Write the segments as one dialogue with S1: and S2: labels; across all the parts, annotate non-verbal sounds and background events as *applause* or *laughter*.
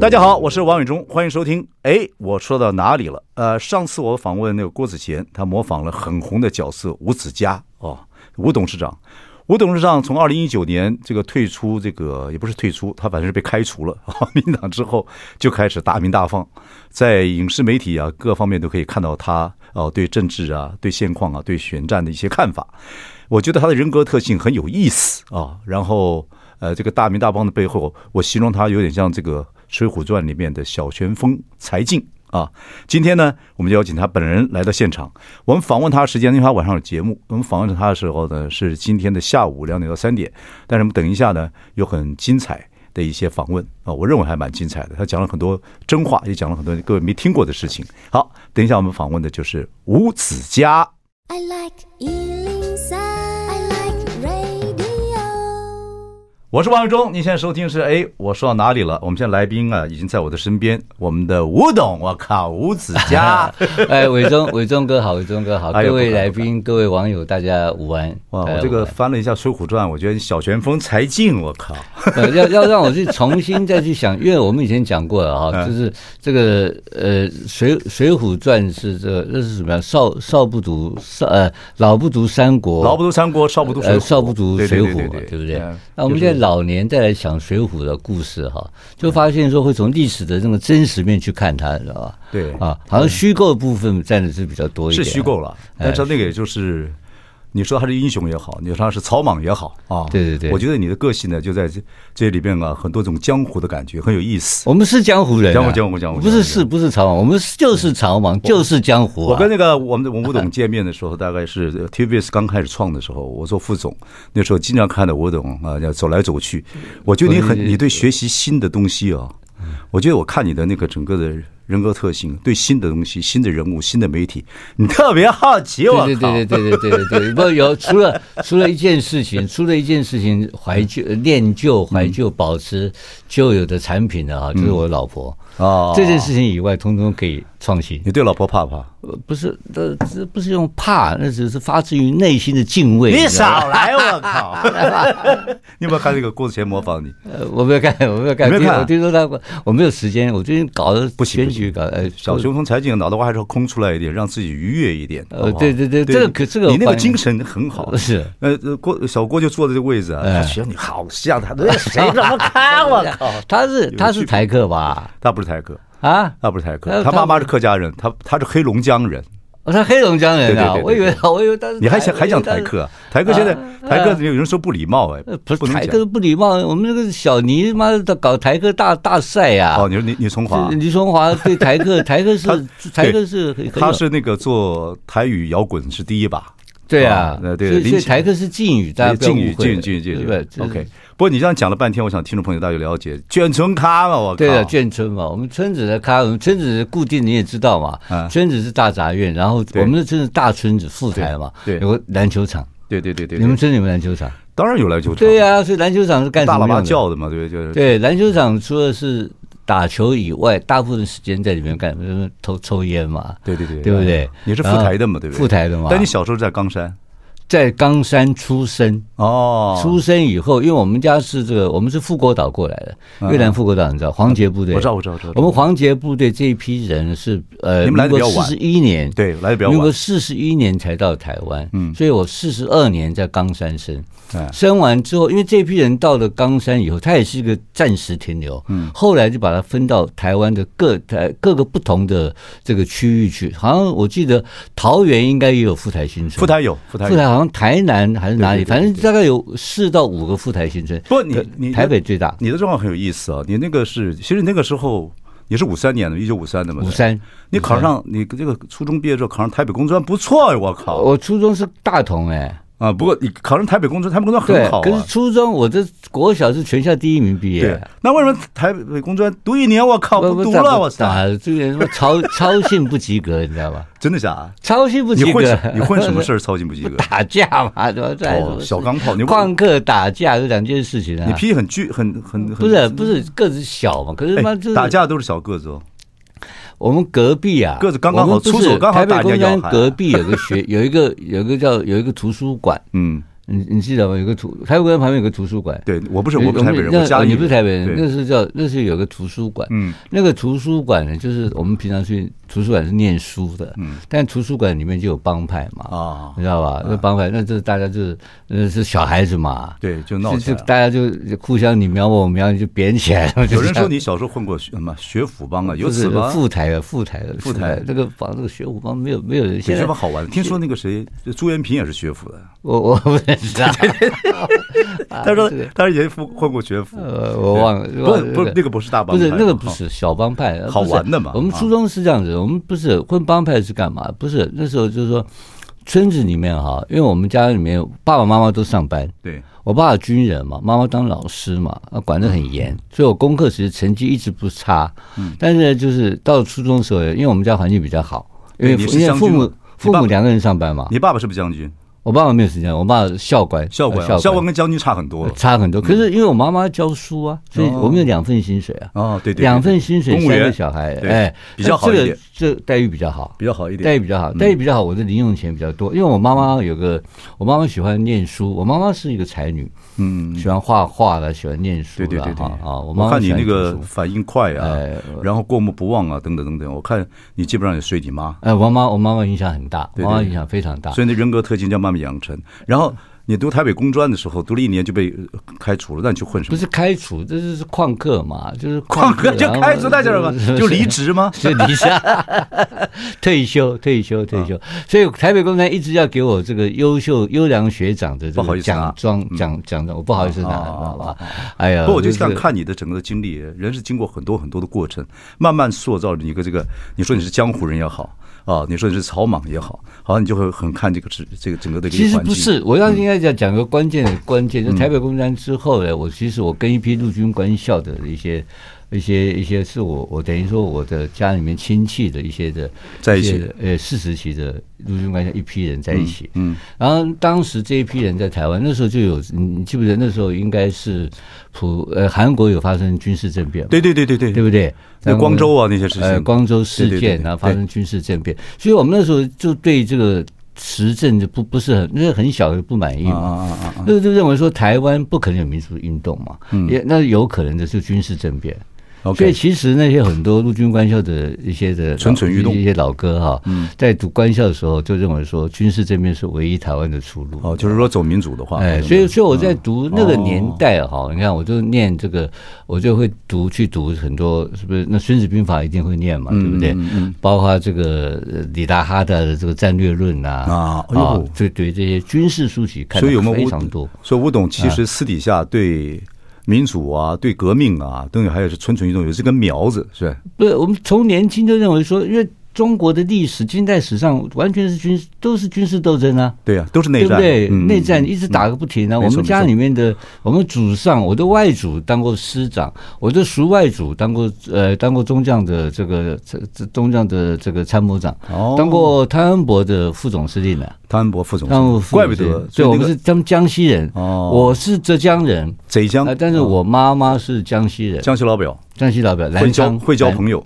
S1: 大家好，我是王伟忠，欢迎收听。哎，我说到哪里了？呃，上次我访问那个郭子乾，他模仿了很红的角色吴子嘉哦，吴董事长。吴董事长从二零一九年这个退出，这个也不是退出，他反正是被开除了 *laughs* 啊、民进党之后，就开始大鸣大放，在影视媒体啊各方面都可以看到他哦、对政治啊、对现况啊、对选战的一些看法。我觉得他的人格特性很有意思啊。然后呃，这个大鸣大放的背后，我形容他有点像这个《水浒传》里面的小旋风柴进。啊，今天呢，我们邀请他本人来到现场。我们访问他的时间，因为他晚上有节目，我们访问他的时候呢是今天的下午两点到三点。但是我们等一下呢，有很精彩的一些访问啊，我认为还蛮精彩的。他讲了很多真话，也讲了很多各位没听过的事情。好，等一下我们访问的就是吴子嘉。
S2: I like Ealing Sound. I like radio.
S1: 我是王伟忠，您现在收听是哎，我说到哪里了？我们现在来宾啊，已经在我的身边，我们的吴董，我靠，吴子
S3: *laughs*
S1: 嘉
S3: 哎，伟忠，伟忠哥好，伟忠哥好，
S1: 哎呦
S3: 各位
S1: 不敢
S3: 来宾，各位网友，大家午安。哎
S1: 哇！
S3: 大家
S1: 我这个
S3: 午
S1: 翻了一下《水浒传》，我觉得小旋风柴进，我靠，
S3: 安呃要 *laughs* 要让我去重新再去想，因为我们以前讲过了
S1: 嗯
S3: 哈，就是这个呃《水水浒传》是这个那是什么呀？少少不读少呃老不读三国，
S1: 老不读三国，少不读水
S3: 呃
S1: 浒，
S3: 少不读
S1: 对
S3: 水
S1: 对
S3: 浒嘛，
S1: 对
S3: 对不对
S1: 嗯？
S3: 那我们
S1: 就
S3: 现
S1: 是嗯
S3: 在老年再来想水浒的故事哈，就发现说会从历史的那个真实面去看它，知道吧？
S1: 对
S3: 啊，好像虚构的部分占的是比较多一
S1: 是
S3: 点，
S1: 虚构了，哎
S3: 哎
S1: 但是那个也就是，你说他是英雄也好，你说他是草莽也好啊，
S3: 对对对
S1: 我觉得你的个性呢就在这这里边啊，很多种江湖的感觉，很有意思。
S3: 我们是江湖人、啊，
S1: 江湖江湖江湖嗯
S3: 不是是不是草莽，我们是就是草莽，就是江湖、啊。
S1: 我跟那个我们的吴董见面的时候，大概是呃 TVBS 刚开始创的时候，我做副总，那时候经常看到吴董啊，要走来走去。
S3: 嗯
S1: 我觉得你很，你对学习新的东西啊，我觉得我看你的那个整个的人格特性，对新的东西、新的人物、新的媒体，你特别好奇。我靠，
S3: 对对对对对对对对对，不有除了除了一件事情， *laughs* 除了一件事情怀旧念旧怀旧保持旧有的产品的啊，就是我老婆
S1: 嗯哦
S3: 这件事情以外，通通可以创新。
S1: 你对老婆怕不怕？
S3: 呃不是，这这不是用怕，那只是发自于内心的敬畏。
S1: 你
S3: 知道吗？
S1: 少来，我靠！ *laughs* 你有没有看那个郭子乾模
S3: *laughs*
S1: 仿你？
S3: 呃我没有看，我没有看，
S1: 你没有看啊
S3: 我听说他，我没有时间，我最近搞的
S1: 不行
S3: 选
S1: 不
S3: 举
S1: 行
S3: 搞呃
S1: 小雄风柴进脑袋瓜还是要空出来一点，让自己愉悦一点。
S3: 呃
S1: 好不好
S3: 对对对这个可这个
S1: 你那个
S3: 欢迎
S1: 精神很好。
S3: 是
S1: 呃，呃郭小郭就坐在这个位置啊，他
S3: 哎
S1: 觉得你好像他，那谁怎么看我靠？
S3: 他是他
S1: 有趣
S3: 是台客吧？
S1: 他不是台客，
S3: 啊，
S1: 他不是台客，
S3: 呃
S1: 他
S3: 他
S1: 妈妈是客家人，他他是黑龙江人。
S3: 哦他黑龙江人啊，
S1: 对对对对
S3: 我以为 *laughs* 我以为他是
S1: 你还
S3: 台
S1: 想还讲台？客啊？台客现在台客有人说不礼貌哎
S3: 我以为他呃，不是
S1: 能
S3: 台
S1: 讲
S3: 客不礼貌，我们那个小尼妈的搞台客大大赛呀、
S1: 哦，你说你你从华
S3: 是。李
S1: *laughs*
S3: 松华对台客，台客是台
S1: 对
S3: 客是很
S1: 他是那个做台语摇滚是第一把，
S3: 对啊
S1: 啊，那对
S3: 所以
S1: 林
S3: 所以
S1: 奇
S3: 台客是禁语，大家不要
S1: 敬语
S3: 误会
S1: 敬语敬语敬
S3: 对
S1: 语
S3: 不对
S1: OK，不过你这样讲了半天，我想听众朋友大家了解卷村咖嘛，我靠，
S3: 对的，眷村嘛，我们村子的咖，我们村子的固定你也知道嘛，
S1: 啊
S3: 村子是大杂院，然后
S1: 对
S3: 我们的村子大村子副台嘛，
S1: 对对
S3: 有个篮球场，
S1: 对对对对，
S3: 你们
S1: 对
S3: 村里有没有篮球场？
S1: 当然有篮球场，
S3: 对呀、所以篮球场是干什
S1: 大
S3: 么
S1: 喇叭
S3: 用的
S1: 叫的嘛，对就是
S3: 对，篮球场除了是打球以外，大部分时间在里面干什么？抽抽烟嘛，
S1: 对对对，
S3: 对不对？
S1: 你是副
S3: 然后
S1: 台的嘛，对不对？
S3: 副台的嘛。
S1: 但你小时候在冈山
S3: 在冈山出生，
S1: 哦，
S3: 出生以后，因为我们家是这个，我们是富国岛过来的，越南富国岛，你知道黄杰部队？
S1: 嗯我知道我知道我知道
S3: 我们黄杰部队这一批人是呃，
S1: 你们来得比较晚
S3: 四十一年，
S1: 对来的比较
S3: 民国
S1: 晚，
S3: 四十一年才到台湾，嗯，所以我四十二年在冈山生，
S1: 哎
S3: 生完之后，因为这批人到了冈山以后，他也是一个暂时停留，嗯，后来就把它分到台湾的各台各个不同的这个区域去，好像我记得桃园应该也有富台新村，
S1: 副台有副台
S3: 富
S1: 有
S3: 台。好像台南还是哪
S1: 对
S3: 里，
S1: 对对
S3: 反正大概有四到五个富台新村，
S1: 不，你
S3: 呃
S1: 你
S3: 台北最大，
S1: 你的状况很有意思啊，你那个是其实那个时候你是五三年的，一九五三的嘛，对
S3: 五三。
S1: 你
S3: 哦
S1: 考上你这个初中毕业之后考上台北工专不错哎，我靠，
S3: 我初中是大同哎、
S1: 啊。不过你考上台北工专，台北工专
S3: 对
S1: 很好，
S3: 可是
S1: 啊。
S3: 初中我这国小是全校第一名毕
S1: 对
S3: 业。，
S1: 那为什么台北工专读一年，我靠，哦不读了，我操！
S3: 啊，这个什么超超性不及格，你知道吧？
S1: 真的假的？
S3: 超性不
S1: 你
S3: 及
S1: 混
S3: 格
S1: 什，你混什么事儿操心不及格？
S3: *laughs* 打架嘛，对吧？这还有什
S1: 哦
S3: 么，事
S1: 小钢炮，你
S3: 旷课打架这两件事情啊。
S1: 你脾气很倔，很很很
S3: 不是不是个子小嘛？可是妈
S1: 哎
S3: 就是
S1: 打架都是小个子哦。
S3: 我们隔壁啊，
S1: 个子刚刚好
S3: 我们不是
S1: 出手刚好
S3: 台北
S1: 打人家
S3: 工专
S1: 小孩啊
S3: 隔壁有个学，有一个有一个叫有一个图书馆，
S1: 嗯，
S3: 你你记得吗？有个图台北工专旁边有个图书馆，
S1: 对，我不是我不是台北人，
S3: 那
S1: 我家
S3: 哦
S1: 里
S3: 你不是台北人，那
S1: 对，
S3: 是叫那是有个图书馆，
S1: 嗯，
S3: 那个图书馆呢，就是我们平常去图书馆是念书的，嗯，但图书馆里面就有帮派嘛，
S1: 啊
S3: 你知道吧？那帮派那这大家就是那是小孩子嘛，
S1: 对，就闹起
S3: 就
S1: 来
S3: 就
S1: 了。
S3: 大家就就互相你瞄我，我瞄你就扁起来了。就
S1: 有人
S3: 这
S1: 说
S3: 样
S1: 你小时候混过学什么学府帮啊，有
S3: 不是
S1: 此吗？
S3: 副台的副台的
S1: 副台
S3: 那个房那个学武帮没有没有人
S1: 有
S3: 现
S1: 什
S3: 在
S1: 么好玩的？听说那个谁，朱延平也是学府的，
S3: 我我不认识啊，
S1: *laughs* 他说他也混混过学府，
S3: 呃我忘了，
S1: 不
S3: 忘
S1: 是
S3: 了
S1: 不是
S3: 这
S1: 那个不是大帮
S3: 不
S1: 派，哦
S3: 是那个不是小帮派，呃
S1: 好
S3: 不是
S1: 玩的嘛
S3: 我们
S1: 啊
S3: 初中是这样子，我们不是混帮派是干嘛？不是那时候就是说村子里面哈，因为我们家里面爸爸妈妈都上班，
S1: 对，
S3: 我爸爸军人嘛，妈妈当老师嘛，啊管得很
S1: 嗯
S3: 严，所以我功课其实成绩一直不差。但是呢，就是到初中的时候，因为我们家环境比较好，因为
S1: 对你是
S3: 因为
S1: 将军
S3: 父母
S1: 吗你
S3: 父
S1: 爸
S3: 母两个人上班嘛，
S1: 你爸爸是不是将军？
S3: 我爸爸没有时间，我爸爸校官，
S1: 校官
S3: 呃
S1: 啊，校官跟将军差很多了
S3: 差很多。可是因为我妈妈教书啊，所以
S1: 哦
S3: 我们有两份薪水啊，
S1: 哦，对对，对
S3: 两份薪水
S1: 公务
S3: 三个
S1: 员
S3: 小孩，
S1: 对
S3: 哎，
S1: 比较好一点，嗯
S3: 这个这待遇比较好。
S1: 比较好一点
S3: 待遇比较好，待遇比较好，我的零用钱比较多，因为我妈妈有个，我妈妈喜欢念书，我妈妈是一个才女，
S1: 嗯，
S3: 喜欢画画的，喜欢念书
S1: 对对
S3: 的，
S1: 对对
S3: 哈啊，我
S1: 我
S3: 妈妈
S1: 看你
S3: 喜欢
S1: 那个
S3: 读书，
S1: 反应快啊
S3: 哎，
S1: 然后过目不忘啊，等等等等，我看你基本上也随你妈，
S3: 哎，我妈我妈妈影响很大，我
S1: 对对
S3: 妈妈影响非常大，
S1: 所以你的人格特性就要慢慢养成。然
S3: 嗯
S1: 后你读台北工专的时候，读了一年就被呃开除了，那你去混什
S3: 不
S1: 么？ *laughs*
S3: 是开除，这就是旷课嘛，就是
S1: 旷
S3: 课
S1: 课就开除，那叫什么？就离
S3: 职。
S1: 职
S3: *laughs*
S1: 吗？
S3: 就离下，退休，退休，退
S1: 啊
S3: 休。所以台北工专一直要给我这个优秀优良学长的
S1: 不
S3: 这
S1: 好
S3: 个
S1: 意思啊
S3: 奖状，奖奖状，我不好意思拿，
S1: 啊啊啊
S3: 好
S1: 啊
S3: 吧？哎呀，
S1: 不，我就
S3: 这
S1: 想看你的整个经历，人是经过很多很多的过程，慢慢塑造你一个这个。你说你是江湖人也好啊，你说你是草莽也好，好，你就会很看这个这这个整个的一
S3: 其
S1: 个
S3: 实
S1: 环境。嗯
S3: 不是，我要应该讲讲个关键的关键，就台北工专之后呢，我其实我跟一批陆军官校的一些。一些一些是我我等于说我的家里面亲戚的一些的
S1: 在一起
S3: 些呃四十期的陆军官校一批人在一起，
S1: 嗯，
S3: 然后当时这一批人在台湾，那时候就有你你记不记得那时候应该是普呃韩国有发生军事政变嘛，
S1: 对对对对对
S3: 对不对？
S1: 那光州啊那些事
S3: 呃，
S1: 情，
S3: 光州
S1: 对
S3: 事
S1: 对对
S3: 件，
S1: 对
S3: 然后发生军事政变，所以我们那时候就对这个时政就不不是很，那是很小的不满意
S1: 啊啊
S3: 嘛。
S1: 啊啊啊！
S3: 那就认为说台湾不可能有民主运动嘛，也那有可能的是军事政变。所以
S1: 嗯 OK，
S3: 其实那些很多陆军官校的一些的老
S1: 蠢蠢欲动嗯
S3: 一些老哥哈，在读官校的时候就认为说军事政变是唯一台湾的出路。
S1: 哦，就是说走民主的话，
S3: 哎，
S1: 对
S3: 所以所以我在读那个
S1: 哦
S3: 年代哈，你看我就念这个，我就会读去读很多，是不是？那《孙子兵法》一定会念嘛，
S1: 嗯
S3: 对不对？包括这个呃李达哈德的这个战略论呐
S1: 啊哎呦
S3: 啊，对对，这些军事书籍看
S1: 所以有
S3: 的
S1: 没有
S3: 非
S1: 吴
S3: 常多。啊
S1: 所以吴董其实私底下对民主啊、对革命啊，等等，还有是蠢蠢欲动，有这根苗子，是吧
S3: 不是，我们从年轻就认为说，因为中国的历史、近代史上完全是军都是军事斗争啊。
S1: 对呀、都是内
S3: 对不
S1: 战，
S3: 对？
S1: 嗯
S3: 内战一直打个不停啊！
S1: 没错
S3: 我们
S1: 没
S3: 家
S1: 错
S3: 里面的，我们祖上，我的外祖当过师长，我的叔外祖当过呃当过中将的这个这这中将的这个参谋长，
S1: 哦
S3: 当过汤恩伯的副总司令呢、啊。
S1: 汤恩伯副总
S3: 汤恩伯
S1: 司，
S3: 副
S1: 怪不
S3: 总司令
S1: 得，
S3: 对，
S1: 所以
S3: 我
S1: 那
S3: 们
S1: 个
S3: 是江江西人，
S1: 哦
S3: 我是浙江人。
S1: 贼江哦
S3: 啊、，但是我妈妈是江西人，
S1: 江西老表
S3: 江西老表，
S1: 会
S3: 南
S1: 交
S3: 昌
S1: 会交朋友，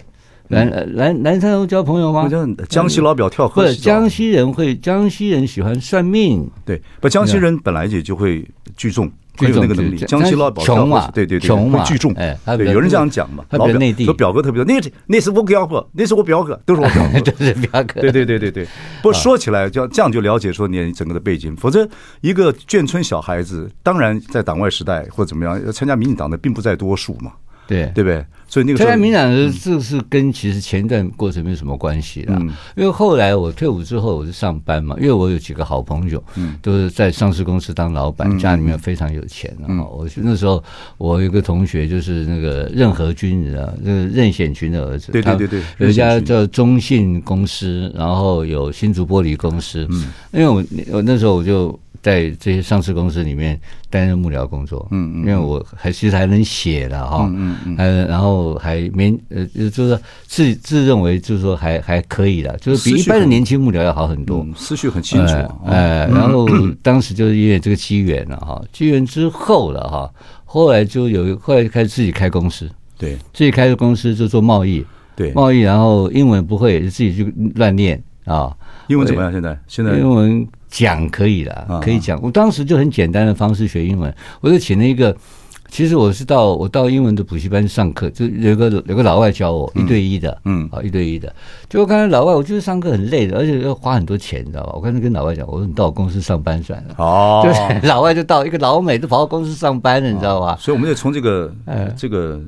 S3: 南南南南昌交朋友吗
S1: 会？交江西老表跳
S3: 不
S1: 河
S3: 是，
S1: 洗澡
S3: 江西人会，江西人喜欢算命，
S1: 对，不江西人本来也就会聚众。很
S3: 嗯聚
S1: 有
S3: 众
S1: 那个能力，
S3: 聚
S1: 江西老表
S3: 穷嘛
S1: 跳河对对对，
S3: 穷嘛
S1: 会聚众，
S3: 哎他比
S1: 对，
S3: 较
S1: 有人这样讲嘛，
S3: 他比
S1: 老
S3: 较
S1: 表
S3: 内地
S1: 说表哥特别多，那是那是我表哥，那是我表哥，都是我表哥，
S3: *laughs* 就是表哥。
S1: 哦对对对对对，不过
S3: 啊
S1: 说起来，就这样就了解说你整个的背景，否则一个眷村小孩子，当然在党外时代或怎么样，要参加民进党的并不在多数嘛，
S3: 对
S1: 对不对？所以那个
S3: 台
S1: 时候嗯
S3: 湾民党的这是跟其实前段过程没有什么关系的，因为后来我退伍之后我是上班嘛，因为我有几个好朋友，
S1: 嗯
S3: 都是在上市公司当老板，家里面非常有钱啊。
S1: 嗯
S3: 我去那时候我有一个同学就是那个任和军人啊，那个任显群的儿子，
S1: 对对
S3: 他
S1: 对对
S3: 有
S1: 任
S3: 一
S1: 显
S3: 家
S1: 群
S3: 叫中
S1: 嗯
S3: 信公司，然后有新竹玻璃公司，因为我我那时候我就。在这些上市公司里面担任幕僚工作，
S1: 嗯
S3: 嗯，因为我还其实还能写了哈，
S1: 嗯
S3: 嗯，呃，然后还没呃，就是说自自认为就是说还还可以了，就是比一般的年轻幕僚要好很多，
S1: 嗯，思绪很清楚嗯
S3: 哎
S1: 啊，
S3: 哎，然后当时就是因为这个机缘了哈，机缘之后了哈，后来就有后来开始自己开公司，
S1: 对
S3: 自己开公司就做贸易，
S1: 对，
S3: 贸易，然后英文不会自己去乱念啊，
S1: 英文怎么样？现在现在
S3: 英文讲可以啦
S1: 啊，
S3: 可以讲。我当时就很简单的方式学英文，我就请了一个。其实我是到我到英文的补习班上课，就有个有个老外教我一对一的，
S1: 嗯
S3: 啊一对一的。结果刚才老外，我就是上课很累的，而且要花很多钱，你知道吧？我刚才跟老外讲，我说你到我公司上班算了，
S1: 哦，
S3: 就是 *laughs* 老外就到一个老美都跑到公司上班了，你知道吧？
S1: 所以我们就从这个
S3: 哎
S1: 这个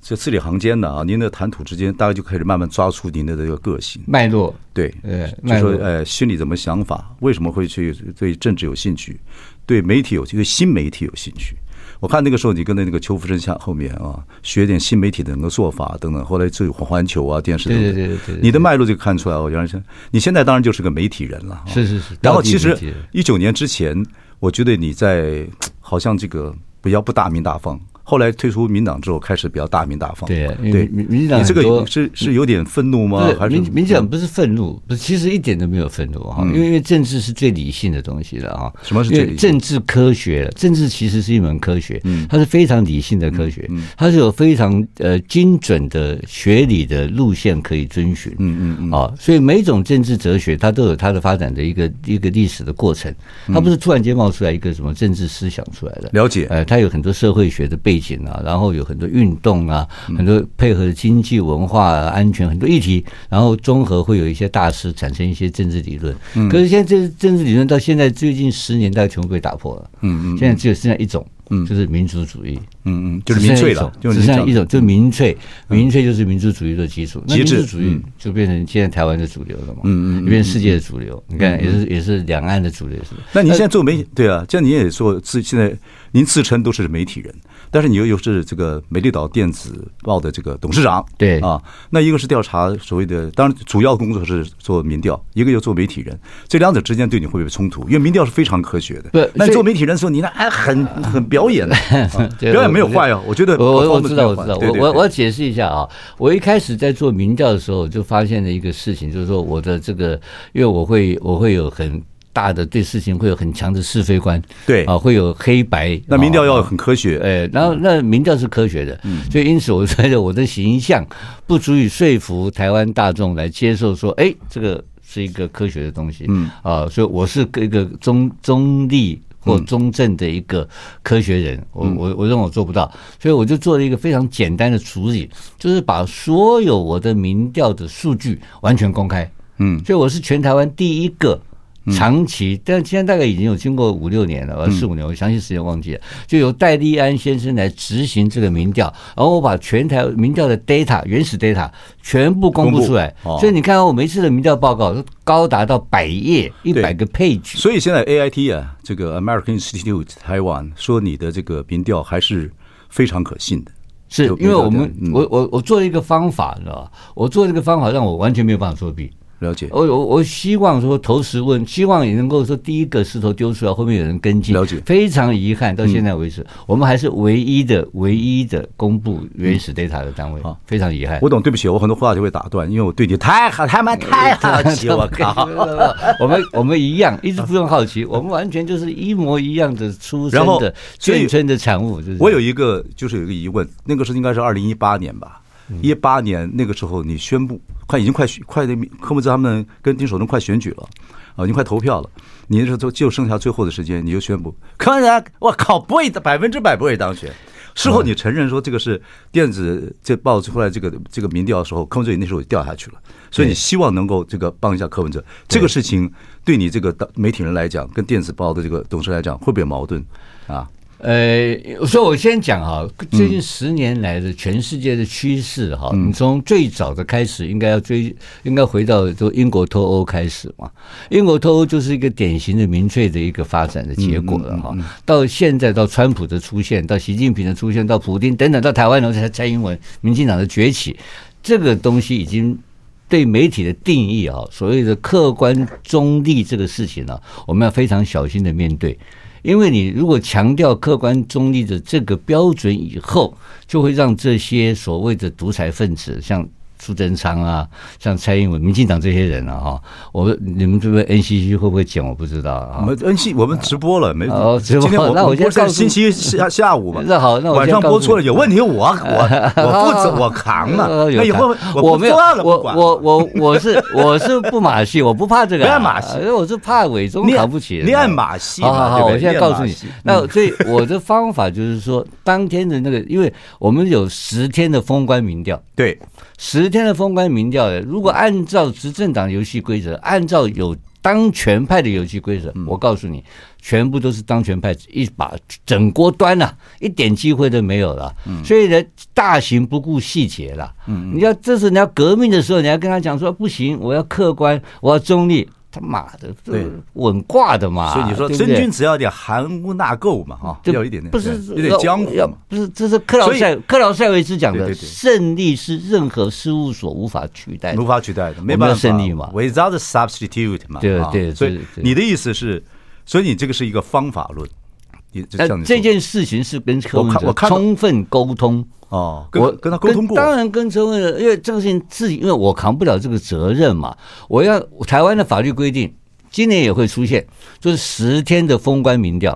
S1: 这字里行间的啊，您的谈吐之间，大概就开始慢慢抓出您的这个个性。
S3: 脉络，
S1: 对，
S3: 呃，
S1: 就
S3: 脉
S1: 说
S3: 络，
S1: 呃，心里怎么想法？为什么会去对政治有兴趣？对媒体有兴趣，对新媒体有兴趣？我看那个时候你跟着那个邱福生下后面啊，学点新媒体的那个做法等等，后来就有环球啊、电视等
S3: 对
S1: 等。
S3: 对对对对，
S1: 你的脉络就看出来，我原来是你现在当然就是个媒体人了啊。
S3: 是是是。
S1: 然后
S3: 到底
S1: 其实
S3: 理解
S1: 一九年之前，我觉得你在好像这个比较不大名大放，后来退出民党之后开始比较大名大放。
S3: 对因为
S1: 对，
S3: 民民进党
S1: 你这
S3: 很
S1: 个
S3: 多
S1: 是是有点愤怒吗
S3: 不？是
S1: 还是
S3: 民民进党不是愤怒，不是，其实一点都没有愤怒哈，因为因为政治是最理性的东西了哈。
S1: 嗯什么是
S3: 因为
S1: 最理性嗯
S3: 政治科学了，政治其实是一门科学，它是非常理性的科学，它是有非常呃精准的学理的路线可以遵循。嗯嗯嗯。啊，所以每一种政治哲学它都有它的发展的一个一个历史的过程，它不是突然间冒出来一个什么政治思想出来的。
S1: 了解
S3: 呃，它有很多社会学的背景啊，然后有很多运动啊，
S1: 嗯
S3: 很多配合的经济、文化、啊、安全很多议题，然后综合会有一些大师产生一些政治理论。
S1: 嗯
S3: 可是现在这政治理论到现在最近十年代全部被打破了。嗯嗯，现在只有剩下一种。嗯，就是民族主义，
S1: 嗯嗯，就是民粹了，就
S3: 只
S1: 是
S3: 剩
S1: 你
S3: 下
S1: 讲
S3: 一
S1: 的嗯
S3: 种，就是民粹，民粹就是民族主义的基础。那
S1: 极
S3: 民
S1: 致嗯
S3: 族主义就变成现在台湾的主流了嘛，嗯嗯，变成世界的主流。你
S1: 嗯
S3: 看，也是也是两岸的主流，是吧
S1: 那您现在做
S3: 呃
S1: 媒对啊，这样您也做自现在您自称都是媒体人，但是你又又是这个美丽岛电子报的这个董事长，
S3: 对
S1: 啊，那一个是调查所谓的，当然主要工作是做民调，一个又做媒体人，这两者之间对你会不会有冲突？因为民调是非常科学的，
S3: 不
S1: 那你
S3: 所以
S1: 做媒体人的时候，你那哎很很表
S3: *laughs*
S1: 演的，啊
S3: 对
S1: 表演没有坏啊，我觉得
S3: 我我
S1: 各方
S3: 我
S1: 面
S3: 知
S1: 没
S3: 道
S1: 有
S3: 我
S1: 坏
S3: 知道，
S1: 对
S3: 我
S1: 对
S3: 我
S1: 对
S3: 我解释一下啊，我一开始在做民调的时候就发现了一个事情，就是说我的这个，因为我会我会有很。大的对事情会有很强的是非观，
S1: 对
S3: 啊，会有黑白。
S1: 那民调要
S3: 啊
S1: 很科学，
S3: 呃，然后那民调是科学的，所以因此我觉得我的形象不足以说服台湾大众来接受说，哎，这个是一个科学的东西，嗯啊，所以我是一个中中立。或中正的一个科学人，我我我认为我做不到，所以我就做了一个非常简单的处理，就是把所有我的民调的数据完全公开。
S1: 嗯，
S3: 所以我是全台湾第一个长期，但现在大概已经有经过五六年
S1: 嗯
S3: 了，呃四五年，我详细时间忘记了，就由戴立安先生来执行这个民调，然后我把全台民调的 data 原始 data 全部公布出来
S1: 公布哦，
S3: 所以你看到我每次的民调报告都高达到百页，一百个 page。
S1: 所以现在 AIT 啊，这个 American Institute Taiwan 说你的这个民调还是非常可信的。
S3: 是
S1: 有
S3: 因为我们
S1: 嗯
S3: 我我我做了一个方法，你知道吧？我做了一个方法，让我完全没有办法作弊。
S1: 了解，
S3: 我我我希望说投石问，希望也能够说第一个石头丢出来，后面有人跟进。
S1: 了解嗯
S3: 非常遗憾，到现在为止，我们还是唯一的唯一的公布原始 data 的单位，
S1: 嗯好
S3: 非常遗憾。
S1: 我懂，对不起，我很多话就会打断，因为我对你太好，他们太好奇，我靠。
S3: 我们我们一样，一直不用好奇，我们完全就是一模一样的出
S1: 然
S3: 生
S1: 后
S3: 的
S1: 所以
S3: 眷村的产物。就是
S1: 我有一个就是有一个疑问，那个时候应该是二零一八年吧，一八年那个时候你宣布快已经快选快那科目兹他们跟丁守中快选举了，啊，已经快投票了，你那时候就就剩下最后的时间，你就宣布柯文哲，我靠，不会百分之百不会当选。事后你承认说这个是电子这报出来这个这个民调的时候，柯文哲你那时候也掉下去了，所以你希望能够这个帮一下柯文哲。这个事情对你这个当媒体人来讲，跟电子报的这个董事来讲，会不会有矛盾啊？
S3: 呃，所以我先讲哈，最近十年来的全世界的趋势哈，你从最早的开始，应该要追，应该回到就英国脱欧开始嘛。英国脱欧就是一个典型的民粹的一个发展的结果了哈。到现在到川普的出现，到习近平的出现，到普京等等，到台湾然后才蔡英文、民进党的崛起，这个东西已经对媒体的定义啊，所谓的客观中立这个事情呢、我们要非常小心的面对。因为你如果强调客观中立的这个标准以后，就会让这些所谓的独裁分子，像苏贞昌啊，像蔡英文、民进党这些人啊，哈，我你们这边 NCC 会不会剪？我不知道
S1: 我
S3: 啊。
S1: 们 N C 我们直播了没？
S3: 哦直播
S1: 今天我
S3: 那我
S1: 们
S3: 先
S1: 播是
S3: 告诉
S1: 星期下下午吧。
S3: 那好那我先
S1: 晚上
S3: 告诉
S1: 播错了
S3: 你啊
S1: 有问题，
S3: *laughs*
S1: 我我我负责我扛了。
S3: 呃有
S1: 那以后
S3: 我
S1: 不
S3: 没有，
S1: 做了，
S3: 我
S1: 不管了
S3: 我我我是我是不马戏，我不怕这个、啊，
S1: 不要马戏
S3: 呃我是怕伪忠
S1: 你
S3: 扛不起。
S1: 你爱马戏嘛
S3: 好好好，
S1: 对不对
S3: 我现在告诉
S1: 练马
S3: 你
S1: 戏，
S3: *laughs*
S1: 嗯
S3: 那所以我的方法就是说，当天的那个，因为我们有十天的封关民调，
S1: 对
S3: 十天的封关民调，如果按照执政党游戏规则，按照有当权派的游戏规
S1: 嗯
S3: 则，我告诉你，全部都是当权派一把整锅端了、一点机会都没有了。
S1: 嗯
S3: 所以呢，大行不顾细节了。你要这是你要革命的时候，你要跟他讲说不行，我要客观，我要中立。他妈的，这
S1: 对
S3: 稳挂的嘛！
S1: 所以你说
S3: 啊对不
S1: 真
S3: 对
S1: 君子要有点含污纳垢嘛，哈，
S3: 这
S1: 要有一点点，
S3: 不是
S1: 对有点江湖
S3: 要
S1: 嘛。
S3: 不是这是克劳
S1: 所以
S3: 塞克劳塞维茨讲
S1: 对
S3: 的，
S1: 对对
S3: 胜利是任何事务所无法取代的
S1: 无。法取代的，没
S3: 们
S1: 办
S3: 要
S1: 法，
S3: 胜利嘛
S1: w i t h o u t substitute 嘛，
S3: 对
S1: 啊
S3: 对
S1: 所以
S3: 对对
S1: 你的意思是，所以你这个是一个方法论，你就像
S3: 但
S1: 你
S3: 这
S1: 说
S3: 件事情是跟柯文
S1: 我看我
S3: 哲
S1: 看到
S3: 充分沟通，
S1: 哦，跟
S3: 我
S1: 跟他沟通过，
S3: 当然跟柯文哲，因为这个事情自己，因为我扛不了这个责任嘛。我要台湾的法律规定，今年也会出现，就是十天的封关民调，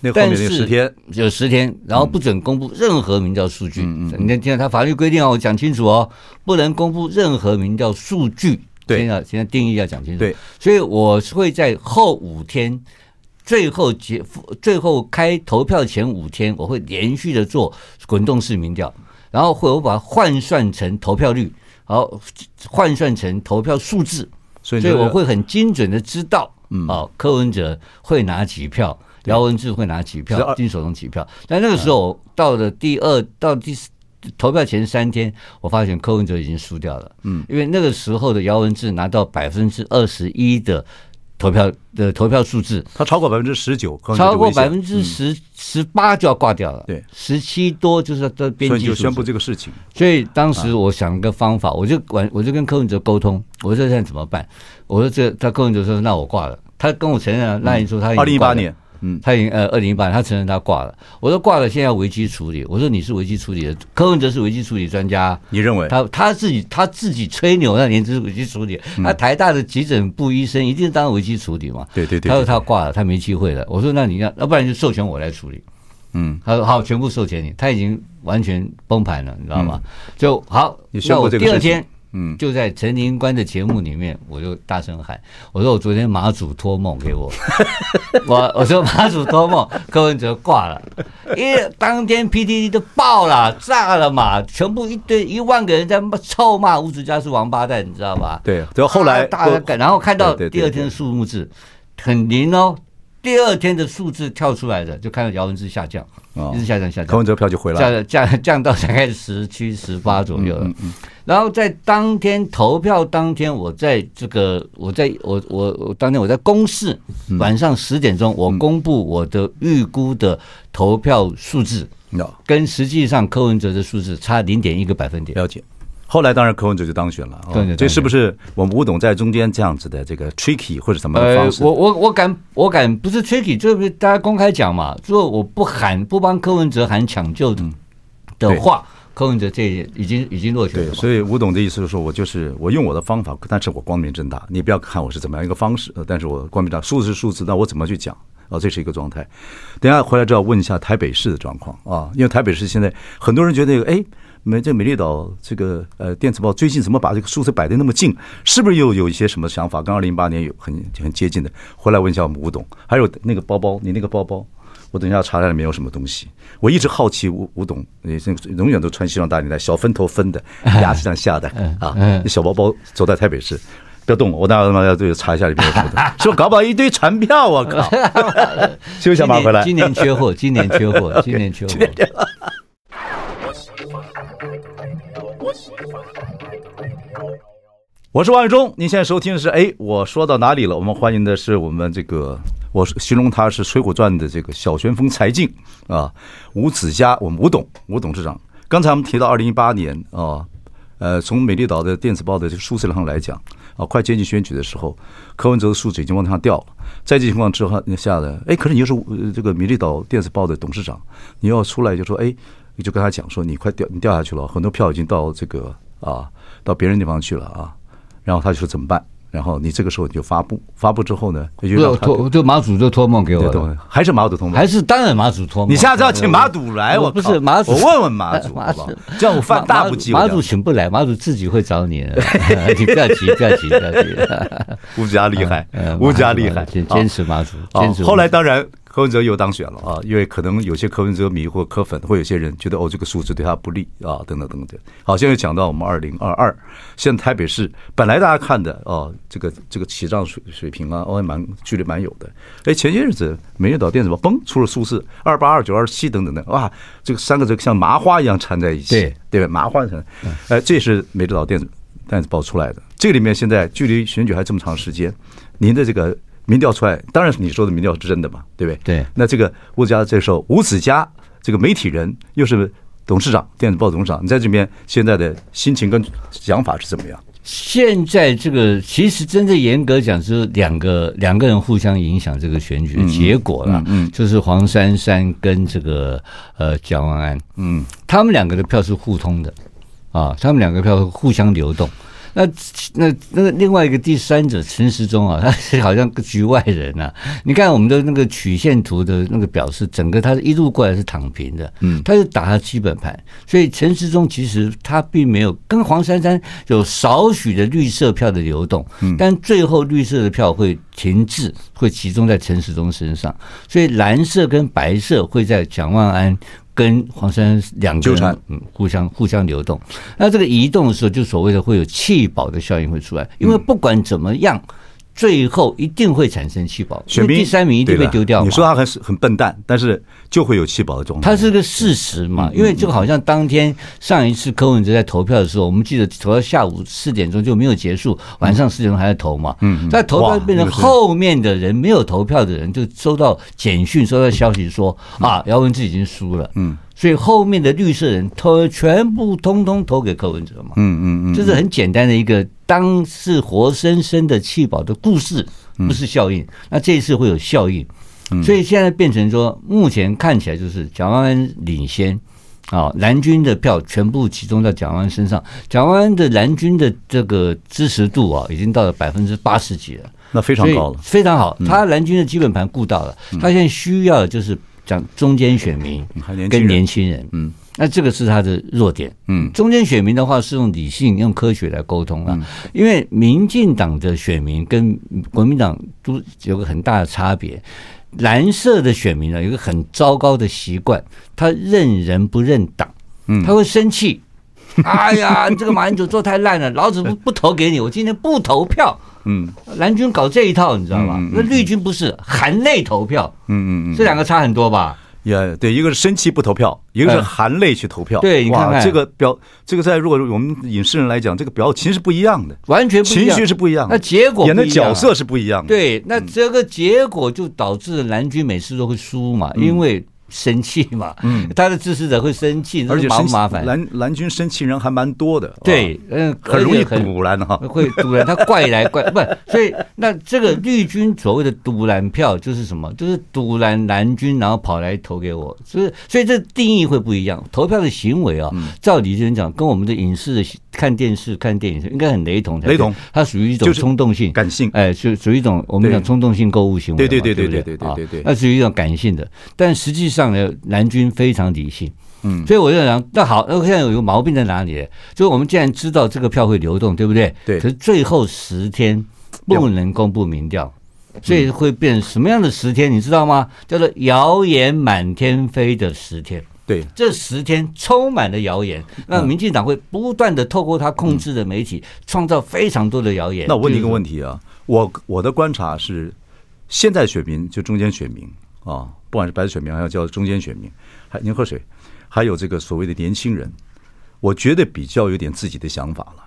S1: 那后面
S3: 但
S1: 那
S3: 是
S1: 十天，
S3: 有十天，然后不准公布任何民调数据。
S1: 嗯
S3: 你看，听到他法律规定哦，我讲清楚哦，不能公布任何民调数据。
S1: 对
S3: 现在现在定义要讲清楚。
S1: 对，
S3: 所以我是会在后五天。最后结，最后开投票前五天，我会连续的做滚动式民调，然后会我把它换算成投票率，然后换算成投票数字，
S1: 所以你
S3: 所以
S1: 就
S3: 我会很精准的知道，哦，柯文哲会拿几票，
S1: 嗯对嗯
S3: 姚文智会拿几
S1: 是二
S3: 票，金守中几票。但那个时候到了第二到第四投票前三天，我发现柯文哲已经输掉了，嗯，因为那个时候的姚文智拿到百分之二十一的投票的投票数字，
S1: 他超过百分之十九，可能
S3: 超
S1: 就
S3: 过
S1: 危险
S3: 百分之十十八就要挂掉了，
S1: 嗯对
S3: 十七多就是这边
S1: 所以
S3: 际
S1: 你就
S3: 数
S1: 宣
S3: 字
S1: 布这个事情，
S3: 所以当
S1: 啊
S3: 时我想一个方法，我就管我就跟柯文哲沟通，我说现在怎么办？我说这他柯文哲说那我挂了，他跟我承认了，那你说他已经
S1: 二零一
S3: 挂
S1: 八
S3: 了
S1: 年，嗯，
S3: 他已经呃二零一八，他承认他挂了。我说挂了，现在要危机处理。我说你是危机处理的，柯文哲是危机处理专家，
S1: 你认为？
S3: 他他自己他自己吹牛，那年是危机处理。那台大的急诊部医生一定当危机处理嘛？
S1: 嗯对对对
S3: 他说
S1: 对
S3: 他挂了，他没机会了。我说那你要，要不然就授权我来处理。
S1: 嗯，
S3: 他说好，全部授权你。他已经完全崩盘了，你知道吗？就好，
S1: 嗯你宣
S3: 那
S1: 布
S3: 我
S1: 这个
S3: 第二
S1: 事情
S3: 天。
S1: 嗯，
S3: 就在陈林官的节目里面，我就大声喊：“我说我昨天马祖托梦给
S1: *laughs*
S3: 我，我我说马祖托梦，柯文哲挂了，因为当天 PDD 都爆了，炸了嘛，全部一堆一万个人在骂臭骂吴子嘉是王八蛋，你知道吧？
S1: 对，然后后来
S3: 大家改，然后看到
S1: 对对对
S3: 第二天的数目字很灵哦，第二天的数字跳出来的，就看到姚文智下降，
S1: 哦
S3: 一直下降下
S1: 柯
S3: 降
S1: 文。哲票就回来了，嗯
S3: 降降 *laughs* 降到大概十七、十八左右了，然后在当天投票当天，我在这个，我在我我我当天我在公示，
S1: 嗯
S3: 晚上十点钟我公布我的预估的投票数字，
S1: 了
S3: 跟实际上柯文哲的数字差零点一个百分点。
S1: 了解。后来当然柯文哲就当选了，
S3: 柯
S1: 哦
S3: 文哲当选
S1: 这是不是我们吴董在中间这样子的这个 tricky 或者什么的
S3: 呃
S1: 方，式？
S3: 我我我敢，我敢不是 tricky，就是大家公开讲嘛。如果我不喊，不帮柯文哲喊抢救
S1: 嗯
S3: 的的话，柯文哲这也已经已经落选
S1: 对，
S3: 了嘛。
S1: 所以吴董的意思是说，我就是我用我的方法，但是我光明正大，你不要看我是怎么样一个方式，呃但是我光明正大，数字是数字，那我怎么去讲？啊，这是一个状态。等一下回来之后问一下台北市的状况啊，因为台北市现在很多人觉得，哎，美这美丽岛这个呃电子报最近怎么把这个数字摆得那么近？是不是又有一些什么想法？跟二零一八年有很很接近的。回来问一下我们吴董，还有那个包包，你那个包包。我等一下查查里面有什么东西。我一直好奇吴吴董，你这永远都穿西装打领带，小分头分的， *laughs* 牙是这样下的啊，那小包包走在台北市。不要动我，我待会儿他妈要对查一下里面有什么东西，是不是搞不好一堆传票？我靠！休息一下，
S3: 今
S1: 马上回来
S3: 年。今年缺货，今年缺货，今年
S1: *laughs*
S3: 缺货。
S1: 我是王伟忠，您现在收听的是哎，我说到哪里了？我们欢迎的是我们这个，我是形容他是《水浒传》的这个小旋风柴进啊，吴子嘉，我们吴董，吴董事长。刚才我们提到二零一八年啊，呃，从美丽岛的电子报的这个数字上来讲，啊，快接近选举的时候，柯文哲的数字已经往上掉了。在这情况之下下呢，哎，可是你又是呃这个美丽岛电子报的董事长，你要出来就说，哎，你就跟他讲说，你快掉，你掉下去了，很多票已经到这个啊，到别人地方去了啊。然后他就说怎么办？然后你这个时候你就发布，发布之后呢，就
S3: 不
S1: 让
S3: 是
S1: 他
S3: 托，就马祖就托梦给我
S1: 对
S3: 了，
S1: 对，还是马祖同盟
S3: 还是当然马祖托梦。
S1: 你下次要请马祖来，
S3: 我
S1: 我
S3: 不
S1: 靠
S3: 是马祖
S1: 我问问马祖，
S3: *laughs* 马
S1: 好
S3: 祖
S1: 不好？这样我犯大不敬。
S3: 马
S1: 我
S3: 马
S1: 讲
S3: 祖请不来，马祖自己会
S1: *laughs*
S3: 找你的。你不要急，不要急，不要急。
S1: 吴家厉害
S3: 呃，
S1: 吴家厉害，
S3: 坚
S1: 啊
S3: 坚持马祖，
S1: 啊
S3: 坚持。
S1: 后来当然柯文哲又当选了啊，因为可能有些柯文哲迷或柯粉，或有些人觉得哦这个数字对他不利啊，等等等等。好，现在讲到我们二零二二，现在台北市本来大家看的哦，这个这个起涨水水平啊，哦还蛮距离蛮有的。哎，前些日子美丽岛电子报嘣出了数字二八二九二七等等的，哇，这个三个这个像麻花一样缠在一起，
S3: 对
S1: 对吧？麻花缠，
S3: 嗯
S1: 哎，这是美丽岛电子电子报出来的。这里面现在距离选举还这么长时间，您的这个民调出来，当然是你说的民调是真的嘛，对不对？
S3: 对
S1: 那这个吴家这时候吴子嘉这个媒体人又是董事长，电子报董事长，你在这边现在的心情跟想法是怎么样？
S3: 现在这个其实真正严格讲是两个两个人互相影响这个选举的结果啦，嗯，就是黄珊珊跟这个呃蒋万安，嗯，他们两个的票是互通的，啊，他们两个票是互相流动。那那那个另外一个第三者陈时中啊，他 *laughs* 是好像个局外人啊。你看我们的那个曲线图的那个表示，整个他一路过来是躺平的，嗯，他是打他基本盘，所以陈时中其实他并没有跟黄珊珊有少许的绿色票的流动，嗯，但最后绿色的票会停滞，会集中在陈时中身上，所以蓝色跟白色会在蒋万安。跟黄珊珊两个
S1: 纠缠
S3: 人嗯，互相互相流动。那这个移动的时候，就所谓的会有气保的效应会出来，因
S1: 嗯
S3: 为不管怎么样，最后一定会产生气保，因
S1: 选
S3: 为
S1: 民
S3: 第三名一定
S1: 对
S3: 被
S1: 吧
S3: 丢掉嘛。
S1: 你说他很很笨蛋，但是就会有气保的状态。
S3: 它是个事实嘛，因为就好像当天上一次柯文哲在投票的时候，我们记得投到下午四点钟就没有结束，晚上四点钟还在投嘛。嗯，在投票变成
S1: 哇那个是
S3: 后面的人没有投票的人就收到简讯，收到消息说啊，姚文智已经输了。嗯，所以后面的绿色人投全部通通投给柯文哲嘛。
S1: 嗯嗯嗯，
S3: 这是很简单的一个当是活生生的气宝的故事，不是效
S1: 嗯
S3: 应。那这一次会有效应，所以现在变成说，目前看起来就是蒋万安领先。啊、蓝军的票全部集中在蒋万安身上，蒋万安的蓝军的这个支持度啊，已经到了百分之八十几了。
S1: 那非常高了。嗯
S3: 非常好。他蓝军的基本盘顾到了，他现在需要的就是讲中间选民
S1: 嗯还年轻
S3: 跟
S1: 人
S3: 年轻人，嗯。那这个是他的弱点，
S1: 嗯
S3: 中间选民的话是用理性、用科学来沟通啊，因为民进党的选民跟国民党都有个很大的差别。蓝色的选民啊呢，有一个很糟糕的习惯，他认人不认党，嗯，他会
S1: *laughs*
S3: 生气。哎呀，你这个马英九做太烂了，老子不不投给你，我今天不投票。
S1: 嗯
S3: 蓝军搞这一套，你知道吧？
S1: 嗯嗯嗯
S3: 那绿军不是含泪投票，
S1: 嗯嗯嗯，
S3: 这两个差很多吧？
S1: 也对，一个是生气不投票，一个是
S3: 嗯
S1: 含泪去投票。
S3: 对你看
S1: 哇，
S3: 看
S1: 这个表，这个在如果我们影视人来讲，这个表情是不一样的，
S3: 完全不一
S1: 情
S3: 样
S1: 绪是不一样的，
S3: 那结果不
S1: 演的
S3: 一样啊
S1: 角色是不一样的。，
S3: 对，那这个结果就导致蓝军每次都会输嘛，
S1: 嗯
S3: 因为生气嘛，他的支持者会生气，
S1: 而且
S3: 这是
S1: 生
S3: 麻
S1: 气
S3: 麻烦，
S1: 蓝蓝军生气人还蛮多的，
S3: 对
S1: 哇，，
S3: 嗯，
S1: 很容易
S3: 而且很
S1: 堵拦哈。
S3: 会堵拦，他怪来怪 *laughs* 不，所以那这个绿军所谓的堵拦票就是什么？就是堵拦蓝军，然后跑来投给我，所以所以这定义会不一样。投票的行为啊，
S1: 嗯
S3: 照理论讲，跟我们的影视的看电视、看电影应该很雷同才对，
S1: 雷同
S3: 它属于一种
S1: 就是
S3: 冲动性。
S1: 感性，
S3: 哎，属属于一种我们
S1: 对
S3: 讲冲动性购物行为嘛，
S1: 对对对
S3: 对
S1: 对
S3: 不
S1: 对对对对
S3: 啊那属于一种感性的，但实际上呢，蓝军非常理性，嗯，所以我就想，那好，那现在有一个毛病在哪里呢？就是我们既然知道这个票会流动，对不对？
S1: 对
S3: 可是最后十天不能公布民调。
S1: 嗯
S3: 所以会变成什么样的十天，你知道吗？叫做谣言满天飞的十天。
S1: 对，
S3: 这十天充满了谣言，
S1: 嗯
S3: 那民进党会不断的透过他控制的媒体，创造非常多的谣言。
S1: 嗯那我问你一个
S3: 就是
S1: 问题啊，我我的观察是，现在选民就中间选民啊，不管是白选民，还要叫中间选民，还您喝水，还有这个所谓的年轻人，我觉得比较有点自己的想法了。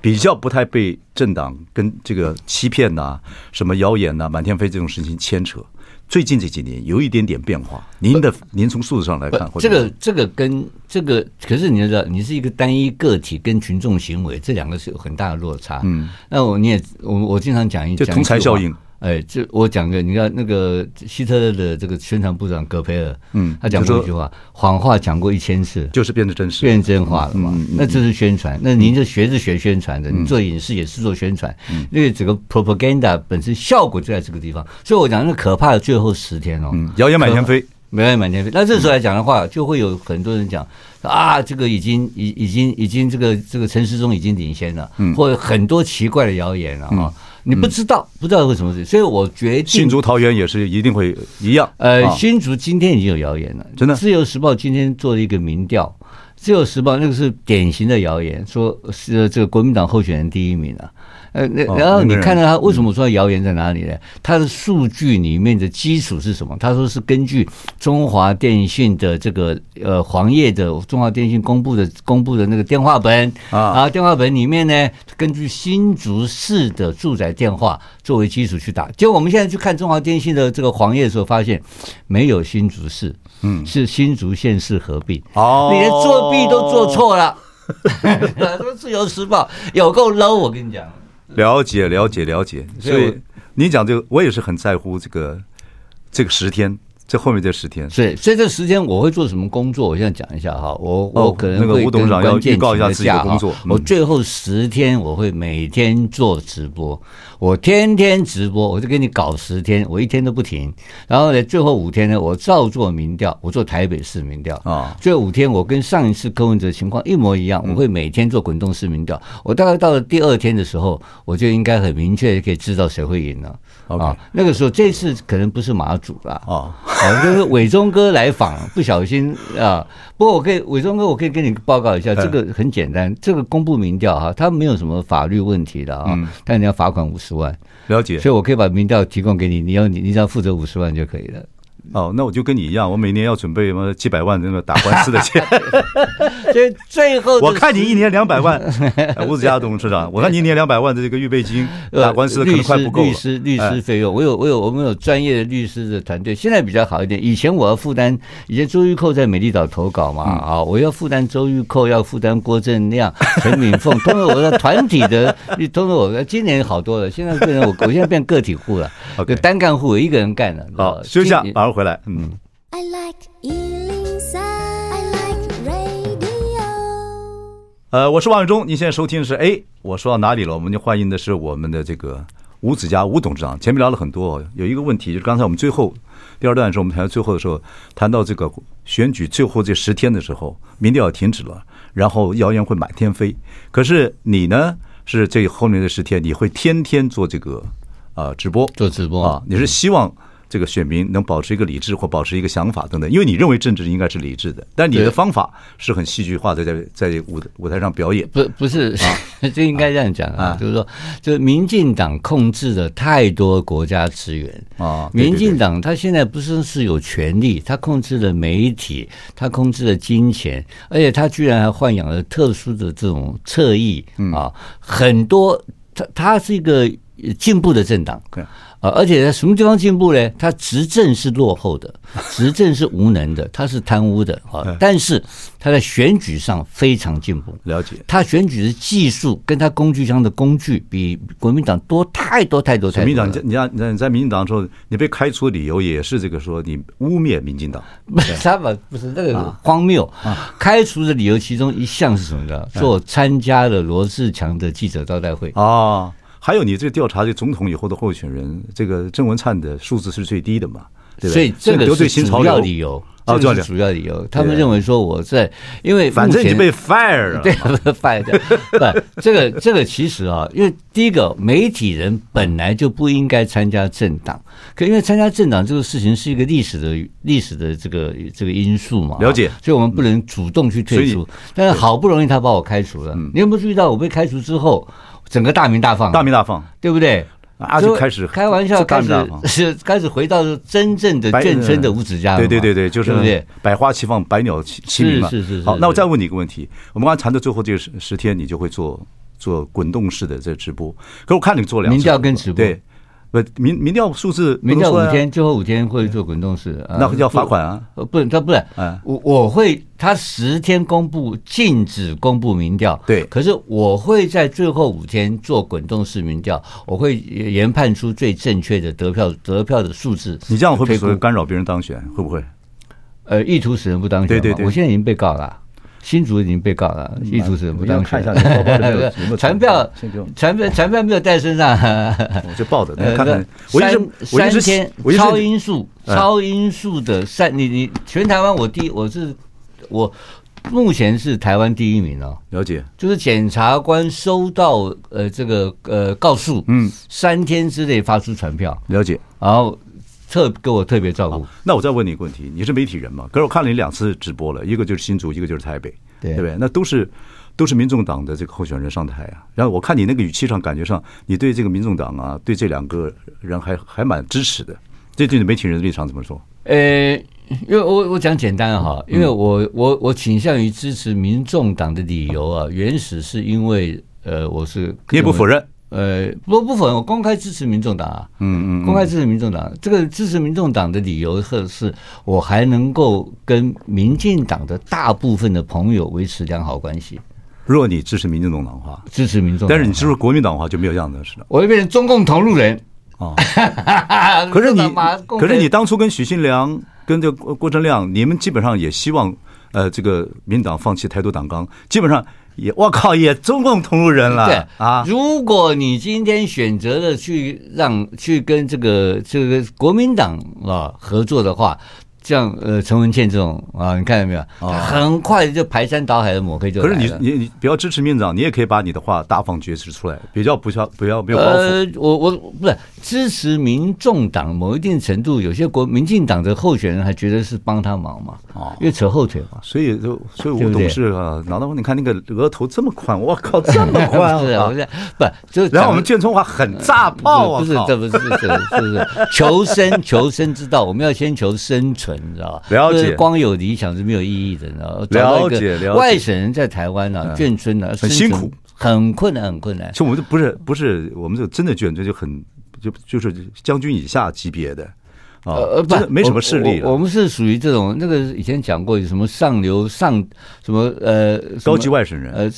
S1: 比较不太被政党跟这个欺骗呐、什么谣言呐、满天飞这种事情牵扯。最近这几年有一点点变化，您的您从数字上来看，
S3: 不，
S1: 或
S3: 这
S1: 者
S3: 个这个跟这个，可是你要知道，你是一个单一个体跟群众行为，这两个是有很大的落差。嗯，那我你也我我经常讲一
S1: 就
S3: 讲
S1: 同
S3: 一句
S1: 才效
S3: 话
S1: 应。
S3: 哎，这我讲个，你看那个希特勒的这个宣传部长戈培尔，
S1: 嗯
S3: 他讲
S1: 就
S3: 过
S1: 说
S3: 一句话，谎话讲过一千次，
S1: 就是变得真实。
S3: 变真化了嘛
S1: 嗯嗯嗯？嗯
S3: 那这是宣传，那您这学是学宣传的，你做影视也是做宣传，
S1: 嗯
S3: 因为整个 propaganda 本身效果就在这个地方，所以我讲那可怕的最后十天哦，
S1: 嗯，谣言满天飞。
S3: 没有满天飞。那这时候来讲的话，就会有很多人讲啊，这个已经已已经已经这个这个陈时中已经领先了，
S1: 嗯
S3: 或者很多奇怪的谣言了啊、你不知道、不知道会什么事，所以我决
S1: 新
S3: 定。
S1: 竹桃园也是一定会一样。
S3: 呃，
S1: 啊
S3: 新竹今天已经有谣言了，
S1: 真的
S3: 自由时报今天做了一个民调，自由时报那个是典型的谣言，说是这个国民党候选人第一名啊。呃，那
S1: 哦
S3: 然后
S1: 那
S3: 你
S1: 个人
S3: 看到他为什么说谣言在哪里呢？他的数据里面的基础是什么？他说是根据中华电信的这个呃黄页的中华电信公布的公布的那个电话本
S1: 啊
S3: 啊，电话本里面呢，根据新竹市的住宅电话作为基础去打。结果我们现在去看中华电信的这个黄页的时候，发现没有新竹市，嗯，是新竹县市合并。
S1: 哦，
S3: 你连作弊都做。错了。 *laughs* 说自由时报有够 low，我跟你讲。
S1: 了解，了解，了解。
S3: 所
S1: 所
S3: 以我
S1: 以你讲这个，我也是很在乎这个这个十天，这后面这十天。
S3: 所以，所以这时间我会做什么工作？我现在讲一下哈，我
S1: 哦
S3: 我可能
S1: 那个
S3: 会
S1: 吴董事长
S3: 跟
S1: 要
S3: 关键
S1: 预告一下
S3: 请
S1: 自己的
S3: 假哈
S1: 工作嗯
S3: 我最后十天我会每天做直播，我天天直播，我就给你搞十天，我一天都不停。然后呢，最后五天呢，我照做民调，我做台北市民调
S1: 啊
S3: 最后五天我跟上一次柯文哲情况一模一样，我会每天做滚动式民调。我大概到了第二天的时候，我就应该很明确地可以知道谁会赢了
S1: OK
S3: 啊。那个时候，这次可能不是马祖啦，
S1: 哦，
S3: 哦，就是伟忠哥来访，不小心啊。不过我可以，伟忠哥，我可以跟你报告一下，
S1: 嗯
S3: 这个很简单，这个公布民调哈、它没有什么法律问题的啊，
S1: 嗯
S3: 但你要罚款五十万，
S1: 了解
S3: 所。以我可以把民调提供给你，你要你你只要负责五十万就可以了。
S1: 哦，那我就跟你一样，我每年要准备什么几百万那个打 *laughs* 官司的钱。
S3: 所以最后的
S1: 我看你一年两百 *laughs* 万，哎吴子嘉董事长，我看你一年两百万的这个预备金，
S3: 呃
S1: 打官司的可能快不够了
S3: 律。师律
S1: 哎
S3: 师律师费用，我有我有我们有专业的律师的团队，现在比较好一点。以前我要负担，以前周玉蔻在美丽岛投稿嘛，
S1: 嗯
S3: 啊，我要负担周玉蔻，要负担郭正亮、 *laughs* 陈敏凤，通过我的团体的， *laughs* 通过我的，今年好多了。现在变成我，我现在变个体户了，
S1: *laughs* OK
S3: 单干户，我一个人干了。
S1: 好，休息一下，
S3: 今年
S1: 马上回来。嗯。
S2: I like Ealing Sound. I like radio.
S1: 呃，我是王永忠，您现在收听的是哎，我说到哪里了？我们就欢迎的是我们的这个吴子嘉吴董事长。前面聊了很多哦，有一个问题就是刚才我们最后第二段的时候，我们谈到最后的时候，谈到这个选举最后这十天的时候，民调也停止了，然后谣言会满天飞。可是你呢，是这后面的十天，你会天天做这个呃直播，
S3: 做直播
S1: 啊，你是希望这个选民能保持一个理智或保持一个想法等等，因为你认为政治应该是理智的，但你的
S3: 对
S1: 方法是很戏剧化的，在在舞舞台上表演。
S3: 不不是， *laughs* 这应该这样讲啊
S1: 啊，
S3: 就是说，就是民进党控制了太多国家资源
S1: 啊对对
S3: 民进党他现在不是是有权利，他控制了媒体，他控制了金钱，而且他居然还豢养了特殊的这种侧翼
S1: 嗯
S3: 啊，很多他他是一个进步的政党，
S1: 对
S3: 啊，而且在什么地方进步呢？他执政是落
S1: *laughs*
S3: 后的，执政是无能的，他是贪污的啊，但是他在选举上非常进步。
S1: 了解，
S3: 他选举的技术跟他工具箱的工具比国民党多太多太多太
S1: 民
S3: 多
S1: 进党
S3: 了。
S1: 你在你在你在民进党的时候，你被开除的理由也是这个说你污蔑民进党，
S3: 不是他把不是那个
S1: 啊
S3: 荒谬、开除的理由，其中一项是什么呢？说我参加了罗志强的记者招待会。
S1: 哎啊，还有你这个调查这总统以后的候选人，这个郑文灿的数字是最低的嘛，对不对
S3: 所以这
S1: 得
S3: 个
S1: 罪
S3: 是
S1: 新潮
S3: 主要
S1: 流，
S3: 理由，
S1: 哦
S3: 这
S1: 主要
S3: 个
S1: 理
S3: 是
S1: 由
S3: 主要理由。他们
S1: 对
S3: 认为说我在，因为
S1: 反正
S3: 目
S1: 你
S3: 前
S1: 被 fire 了
S3: 对， *laughs* 反正不，这个这个其实啊，因为第一个，媒体人本来就不应该参加政党，可因为参加政党这个事情是一个历史的历史的这个这个因素嘛，啊
S1: 了解嗯
S3: 所以我们不能主动去退
S1: 所嗯
S3: 出。但是好不容易他把我开除了，你有没有注意到我被开除之后，整个大名大放，啊
S1: 大名大放
S3: 对不对？
S1: 啊，就开始
S3: 开玩笑，
S1: 就大
S3: 开
S1: 名
S3: 始
S1: 大放。
S3: 是开始回到真正的
S1: 白嗯
S3: 眷村的五指家了嘛，
S1: 对对对对，就是
S3: 对不对？
S1: 百花齐放，百鸟齐齐鸣嘛。
S3: 是是是是
S1: 好，
S3: 是
S1: 那我再问你一个问题，我们刚才谈到最后这十十天，你就会做做滚动式的这直播。可我看你做两次
S3: 民调跟直播
S1: 对，不民民调数字
S3: 民调
S1: 不能出
S3: 五
S1: 来啊，
S3: 天，最后五天会做滚动式，呃
S1: 那要罚款啊。
S3: 呃，不，他不是，
S1: 嗯
S3: 我我会，他十天公布禁止公布民调，
S1: 对
S3: 可是我会在最后五天做滚动式民调，我会研判出最正确的得票得票的数字。
S1: 你这样会不会
S3: 推
S1: 所谓
S3: 估
S1: 干扰别人当选？会不会？
S3: 呃，意图使人不当选
S1: 对
S3: 嘛，
S1: 对对
S3: 我现在已经被告了啊。新竹已经被告了，意图使人不当
S1: 我要看
S3: 选。
S1: 一下你包包里面有有没有
S3: *laughs* 传票
S1: 先给我，
S3: 传票，传票没有带身上。
S1: 我
S3: *laughs*
S1: 哦就抱着那
S3: 呃
S1: 看看
S3: 那。
S1: 我一直我
S3: 三
S1: 一
S3: 三
S1: 直
S3: 天
S1: 我一
S3: 超
S1: 直
S3: 音速，
S1: 嗯
S3: 超音速的三，你你全台湾我第我是我目前是台湾第一名哦，
S1: 了解，
S3: 就是检察官收到呃这个呃告诉，
S1: 嗯，
S3: 三天之内发出传票，
S1: 了解。
S3: 然后特给我特别照顾，
S1: 那我再问你一个问题，你是媒体人嘛？可是我看了你两次直播了，一个就是新竹，一个就是台北，
S3: 对
S1: 不对？那都是都是民众党的这个候选人上台啊。然后我看你那个语气上，感觉上你对这个民众党啊，对这两个人还还蛮支持的。这对你媒体人的立场怎么说？
S3: 呃，因为我我讲简单啊哈，因为
S1: 嗯
S3: 我我我倾向于支持民众党的理由啊，原始是因为呃我是
S1: 你也不否认，
S3: 呃，不不否认，我公开支持民众党啊，
S1: 嗯嗯，
S3: 公开支持民众党。这个支持民众党的理由是，是我还能够跟民进党的大部分的朋友维持良好关系，
S1: 若你支持民进党的话，
S3: 支持民众党。
S1: 但是你支持国民党的话就没有这样的事了
S3: 我会变成中共同路人。
S1: 啊。可
S3: 可 *laughs*
S1: 是你，可是你当初跟许信良、跟这个郭郭正亮，你们基本上也希望，呃，这个民党放弃台独党纲，基本上也，我靠，也中共同路人
S3: 对
S1: 了啊！
S3: 如果你今天选择了去让去跟这个这个国民党啊合作的话，像呃陈文茜这种啊，你看到没有？
S1: 哦
S3: 他很快就排山倒海的抹黑就
S1: 可
S3: 来
S1: 是
S3: 了。
S1: 你你你不要支持民进党，你也可以把你的话大放厥词出来，比较不要不要没有包袱。
S3: 呃，我我不是支持民众党，某一定程度，有些国民进党的候选人还觉得是帮他忙嘛，
S1: 哦
S3: 因为扯后腿嘛。
S1: 所以就所以
S3: 对
S1: 吴
S3: 不对
S1: 董事啊，拿到你看那个额头这么宽，我靠，这么宽
S3: *laughs* 不是，
S1: 啊
S3: 我！是不就呃
S1: 然后我们建中话很炸炮啊！
S3: 不是
S1: 靠
S3: 这不是这不是这
S1: *laughs*
S3: 不是求生求生之道，我们要先求生存，你知道吧？
S1: 了解
S3: 不是光有理想是没有意义的，你知道吧？找到一个
S1: 了解了解嗯
S3: 外省人在台湾啊，眷村啊，
S1: 很
S3: 生存
S1: 辛苦，
S3: 很困难，很困难。
S1: 就我们这不是不是我们这个真的卷这就很就就是将军以下级别的啊，
S3: 呃哦不
S1: 真的没什么势力
S3: 我我我
S1: 了。
S3: 们是属于这种，那个以前讲过，有什么上流上什么呃什么
S1: 高级外省人
S3: 呃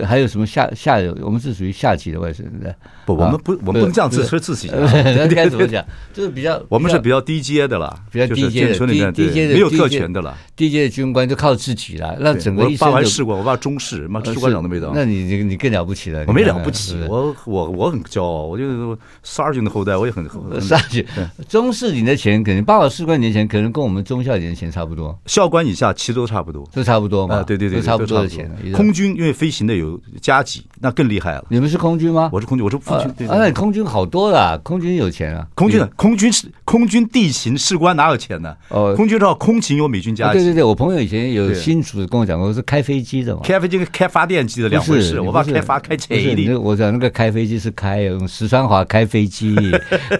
S3: 呃，还有什么下下流，我们是属于下级的外省人
S1: *laughs*
S3: 的。
S1: 不，我
S3: 啊
S1: 们不，我们不能这样自吹自己啊。
S3: *laughs* 呃该怎么讲？就是比较，
S1: *laughs* 我们是比较低阶的了，
S3: *laughs* 比较
S1: 就是
S3: 低阶的
S1: 眷村里面
S3: 低低阶
S1: 对
S3: 的
S1: 没有
S3: 低阶
S1: 特权的了。
S3: 低阶的军官就靠自己了，那
S1: 对
S3: 整个
S1: 我
S3: 一生
S1: 爸还
S3: 就
S1: 试过，我爸中式，妈
S3: 呃
S1: 士官长都
S3: 是
S1: 没当。
S3: 那你你你更了不起了，
S1: 我没了
S3: 你看看
S1: 不起
S3: 是，是
S1: 我我我很骄傲，我就是十二军的后代，我也很很
S3: 上去，中士领的钱可能爸爸士官年前可能跟我们中校领的钱差不多，
S1: 校官以下其实都差不多
S3: 都差不多嘛，
S1: 啊，对对对，
S3: 都差不
S1: 都
S3: 多的钱了。一个
S1: 空军因为飞行的有加急，那更厉害了。
S3: 你们是空军吗？
S1: 我是空军，我是空
S3: 啊
S1: 军，对
S3: 啊，那你空军好多啦，空军有钱啊，
S1: 空军的空军是空军地勤士官哪有钱呢？
S3: 哦
S1: 空军照空勤有美军
S3: 啊
S1: 加
S3: 对对
S1: 急，
S3: 对，我朋友以前有
S1: 对
S3: 新竹跟我讲过，是开飞机的嘛。
S1: 开飞机跟开发电机的两
S3: 不
S1: 回
S3: 是
S1: 事。我爸
S3: 不是
S1: 开发开
S3: 不是
S1: 车
S3: 你
S1: 的，
S3: 那我讲那个开飞机是开用石川华开飞
S1: *laughs*
S3: 机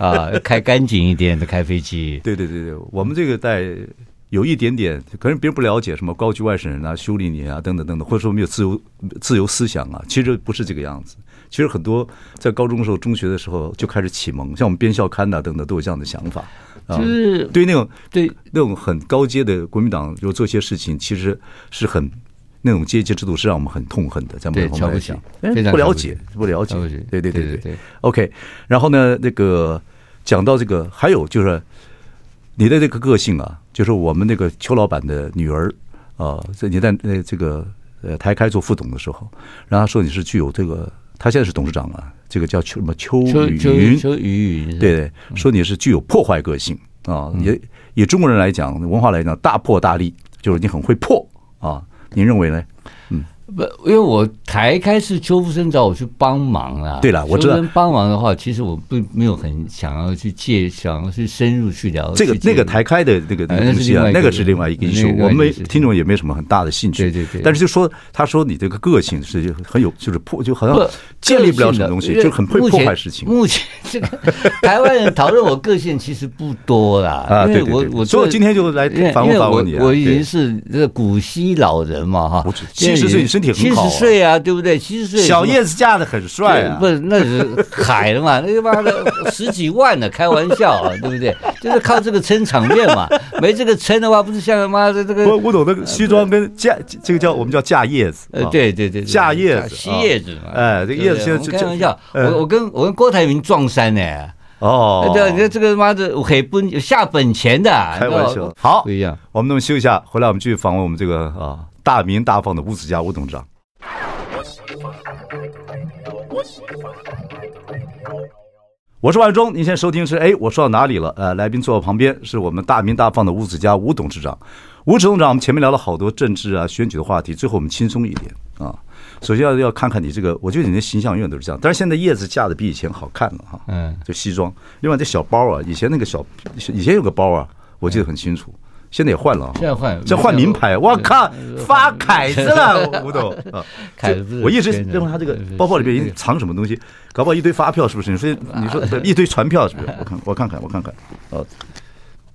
S3: 啊，开干净一点的开飞机。
S1: 对对对对，我们这个代有一点点，可能别人不了解什么高级外省人啊、修理你啊等等等等，或者说没有自由自由思想啊，其实不是这个样子。其实很多在高中的时候、中学的时候就开始启蒙，像我们编校刊呐、等等都有这样的想法。啊
S3: 就是
S1: 对于那种
S3: 对
S1: 那种很高阶的国民党，就做一些事情，其实是很那种阶级制度是让我们很痛恨的，在某
S3: 对
S1: 种方面来
S3: 瞧
S1: 讲
S3: 不起，
S1: 哎
S3: 非常
S1: 不了
S3: 瞧不起
S1: 解，不了解
S3: 瞧不起，
S1: 对对
S3: 对啊
S1: 对
S3: 对对
S1: OK，然后呢，那个讲到这个，还有就是你的这个个性啊，就是我们那个邱老板的女儿啊，在你在呃这个呃台开做副董的时候，然后他说你是具有这个，他现在是董事长啊，这个叫邱什么邱
S3: 邱
S1: 雨
S3: 邱
S1: 云，
S3: 邱雨云是吧嗯
S1: 对对，说你是具有破坏个性啊，也以中国人来讲，文化来讲，大破大立，就是你很会破啊。您认为呢？
S3: 不，因为我台开是邱福生找我去帮忙啊。
S1: 对啦我知道
S3: 邱福生帮忙的话，其实我不没有很想要去介，想要去深入去了解
S1: 这个那个台开的那个那个东西啊，
S3: 哎
S1: 那
S3: 那
S1: 个
S3: 个
S1: 是
S3: 是
S1: 另
S3: 另
S1: 外
S3: 外
S1: 一
S3: 一
S1: 个
S3: 个
S1: 因素，我
S3: 那个另外
S1: 们
S3: 一个
S1: 听众也没什么很大的兴趣。
S3: 对对对
S1: 但是就说他说你这个个性是很有，就是破，就好像
S3: 不
S1: 建立不了什么东西，
S3: 个性的
S1: 就很会
S3: 目
S1: 破
S3: 前
S1: 坏事情
S3: 目前这个 *laughs* 台湾人讨论我个性其实不多啦，
S1: 啊。
S3: 因
S1: 对
S3: 为
S1: 对
S3: 我
S1: 对，
S3: 我
S1: 所以我今天就来
S3: 因为
S1: 反
S3: 因
S1: 问
S3: 为
S1: 反
S3: 我
S1: 问你啊。
S3: 我已
S1: 对
S3: 经是这个古稀老人嘛哈
S1: 我，70岁你身体很好啊
S3: 七十岁啊，啊，对不对？七十岁
S1: 小叶子嫁的很帅
S3: 对
S1: 啊
S3: 不，是那是海了嘛，那他妈的十几万呢，开玩笑啊，对不对？就是靠这个撑场面嘛，没这个撑的话，不是像他妈的这
S1: 我
S3: 个
S1: 我懂得西装跟嫁这个叫我们叫嫁叶子，
S3: 呃
S1: 啊，
S3: 对对对，对
S1: 下叶子啊
S3: 吸叶子嘛，
S1: 哎这个叶子
S3: 对
S1: 现在
S3: 不
S1: 就
S3: 对我们开玩笑，
S1: 就呃
S3: 我我跟我跟郭台铭撞衫呢，
S1: 哦，
S3: 对啊，你看这个妈的很本下本钱的啊，
S1: 开玩
S3: 你知道
S1: 笑
S3: 吗，
S1: 好
S3: 不，一样。
S1: 我们那么休息一下，回来我们继续访问我们这个啊大名大放的吴子嘉吴董事长。我是万忠，您现在收听是哎，我说到哪里了？呃，来宾坐我旁边是我们大名大放的吴子嘉吴董事长。吴董事长，我们前面聊了好多政治啊、选举的话题，最后我们轻松一点啊。首先要要看看你这个，我觉得你的形象永远都是这样。但是现在叶子架的比以前好看了哈，
S3: 嗯，
S1: 就西装。另外这小包啊，以前那个小，以前有个包啊，我记得很清楚，现在也换了啊。
S3: 嗯现在换
S1: 这换名牌，我靠，
S3: 嗯
S1: 发凯子了，吴
S3: *laughs*
S1: 董啊！
S3: 凯
S1: 这
S3: 不是
S1: 我一直
S3: 圈子
S1: 认为他这个
S3: 对对
S1: 包包里
S3: 是
S1: 边
S3: 那个啊
S1: 藏什么东西，搞不好一堆发票是不是？你说你
S3: *laughs*
S1: 说一堆传票是不是？我看我看看我看看，哦，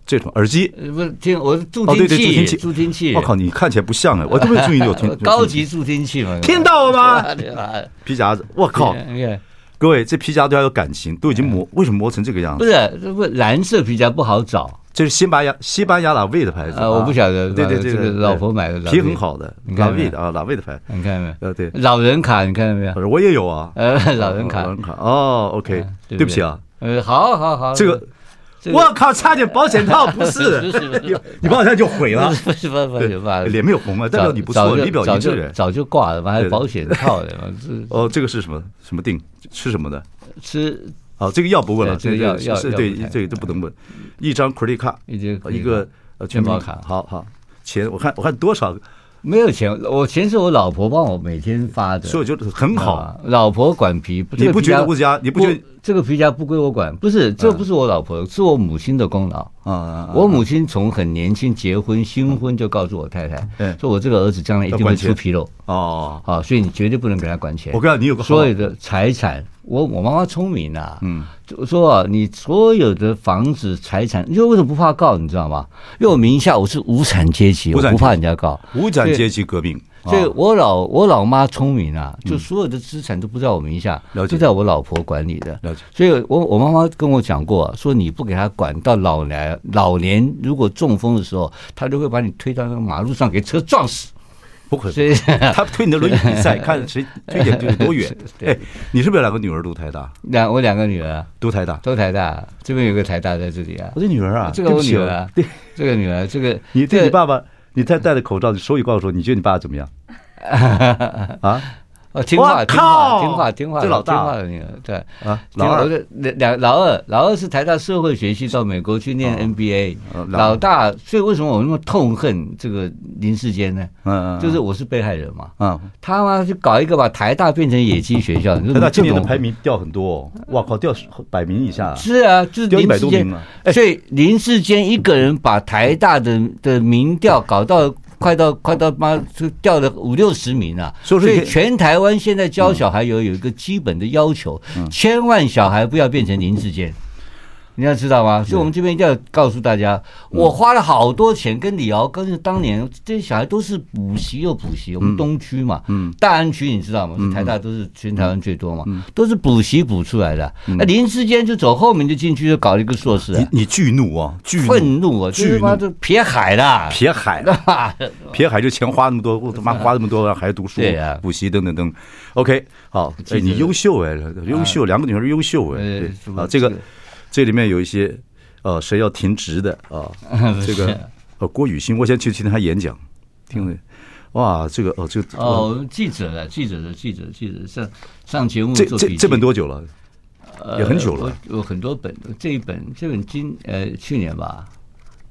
S1: 这种耳机，
S3: 呃不是听我是助
S1: 哦对对，
S3: 听
S1: 助听器，
S3: 器，助听器，
S1: 我靠，你看起来不像哎，我都没有注意你有听
S3: *laughs* 高级啊助听器嘛， *laughs*
S1: 听到了吗？
S3: 对吧？
S1: 皮夹子，我靠，
S3: 你看，
S1: 各位这皮夹都要有感情，都已
S3: 哎
S1: 经磨，为什么磨成这个样
S3: 不
S1: 子？
S3: 是，这不蓝色皮夹不好找
S1: 这是西班牙西班牙拉卫的牌子
S3: 啊，我不晓得。
S1: 对对对，
S3: 这个
S1: 对
S3: 老婆买的
S1: 皮很，好的
S3: 你
S1: 拉
S3: 看
S1: 卫的啊，拉卫的牌，
S3: 你看到没有？
S1: 呃对，
S3: 老人卡，你看到没有？
S1: 我也有啊，
S3: 呃，老人
S1: 老
S3: 卡
S1: *laughs* 人，卡哦，OK，
S3: 嗯对不对
S1: 对不起啊，
S3: 呃，好好好，
S1: 这个
S3: 这个
S1: 我靠，差点保险套不是
S3: 不是不是，
S1: 你你保险套就毁了
S3: 不，是不是不是不
S1: 啊对，
S3: 是，
S1: 脸没有红啊，代表你不
S3: 早
S1: 错，
S3: 就
S1: 仪表
S3: 早
S1: 一致
S3: 就
S1: 人。
S3: 早就挂了嘛，还
S1: 对对
S3: 保险套的嘛，这
S1: 哦，这个是什么什么定吃什么的？
S3: 吃
S1: 哦，这个药不问了，
S3: 对这个药药
S1: 是
S3: 药
S1: 对
S3: 不谈
S1: 这个都不能问。一张 credit card，
S3: 一个
S1: 一个呃
S3: 健
S1: 全
S3: 保
S1: 民
S3: 卡
S1: 好好钱，我看我看多少，
S3: 没有钱，我钱是我老婆帮我每天发的，
S1: 所以我觉得很好。
S3: 啊，老婆管皮，
S1: 你不觉得吴
S3: 不
S1: 子嘉，你不嗯
S3: 不
S1: 觉得
S3: 这个皮夹不归我管？不是，这不是我老婆，是我母亲的功劳。
S1: 啊啊？啊
S3: 我母亲从很年轻结婚，新婚就告诉我太太，
S1: 嗯
S3: 说我这个儿子将来一定会出纰漏，
S1: 哦，
S3: 啊，所以你绝对不能给他管钱
S1: 我。告诉你，你有个好
S3: 所有的财产，我我妈妈聪明啊，
S1: 嗯，
S3: 就说啊你所有的房子财产，因为为什么不怕告？你知道吗？因为我名下我是无产阶级，
S1: 无
S3: 我
S1: 产阶级
S3: 不怕人家告。
S1: 无产阶级革命，
S3: 所以
S1: 啊
S3: 我老我老妈聪明啊，就所有的资产都不在我名下，
S1: 嗯了解
S3: 都在我老婆管理的。
S1: 了解
S3: 所以我我妈妈跟我讲过、啊，说你不给她管，到老年老年如果中风的时候，她就会把你推到那个马路上给车
S1: *laughs*
S3: 撞死。
S1: 不可能
S3: 所以
S1: 他推你的轮椅比
S3: *laughs*
S1: 赛，看谁推点就有多远。哎，你是不是有两个女儿读台大？
S3: 两我两个女儿
S1: 读台大？
S3: 都台大，这边有个台大在这里啊
S1: 我，的女儿啊，
S3: 这个
S1: 对
S3: 我
S1: 不起
S3: 女儿
S1: 啊 *laughs*
S3: 啊
S1: 对，
S3: 这个女儿这个
S1: 你对你
S3: 这
S1: 爸爸，你戴戴着口罩，你手语告诉我，你觉得你爸怎
S3: *laughs*
S1: 么样？啊
S3: 哦听话
S1: 我
S3: 听话
S1: 靠
S3: 听话听话
S1: 这老
S3: 听
S1: 大
S3: 话的女儿对。
S1: 啊，老二
S3: 的两两老二，老二是台大社会学系到美国去念 NBA，、
S1: 呃老二
S3: 老大，所以为什么我那么痛恨这个林世坚呢？
S1: 嗯，嗯
S3: 就是我是被害人嘛，
S1: 嗯，
S3: 他妈就搞一个把台大变成野鸡学校，你说
S1: 台大
S3: 这
S1: 今年的
S3: 种
S1: 排名掉很多，哦，哇靠，掉百名以下啊，
S3: 是啊，就是
S1: 掉
S3: 林
S1: 100
S3: 志
S1: 多
S3: 坚
S1: 名了哎
S3: 所以林志坚一个人把台大的的民调搞到快到快到妈就掉了五六十名啊！
S1: 所以
S3: 所
S1: 说
S3: 以全台湾现在教小孩有有一个基本的要求，
S1: 嗯
S3: 千万小孩不要变成林志坚。你要知道吗？所以我们这边一定要告诉大家，
S1: 嗯
S3: 我花了好多钱跟李敖，跟当年这些小孩都是补习又补习，我们东区嘛，
S1: 嗯
S3: 大安区你知道吗？台大都是全台湾最多嘛，都是补习补出来的。
S1: 嗯
S3: 那林志坚就走后门就进去，就搞了一个硕士啊，
S1: 你你巨怒啊，巨怒，
S3: 愤怒啊，
S1: 巨
S3: 就是妈
S1: 怒
S3: 就撇
S1: *laughs*
S3: 海啦，哎
S1: 撇海了。撇海这钱花那么多，我
S3: *laughs*
S1: 他妈花那么多让孩子读书、
S3: 对呀
S1: 补习等等等。OK，好，哎，你优秀哎，优秀，两个女儿优秀哎，
S3: 呃
S1: 对
S3: 啊是不
S1: 啊，
S3: 是
S1: 这个
S3: 这个
S1: 这里面有一些呃，谁要停职的啊？这个呃，郭雨欣，我先去听他演讲，听了，哇，这个哦，这个
S3: *laughs* 嗯哦，记者的记者的记者记者上上节目
S1: 这
S3: 做
S1: 这
S3: 笔
S1: 这本
S3: 记
S1: 多久了？也很久了
S3: 呃我有很多本，这一本这本今呃去年吧，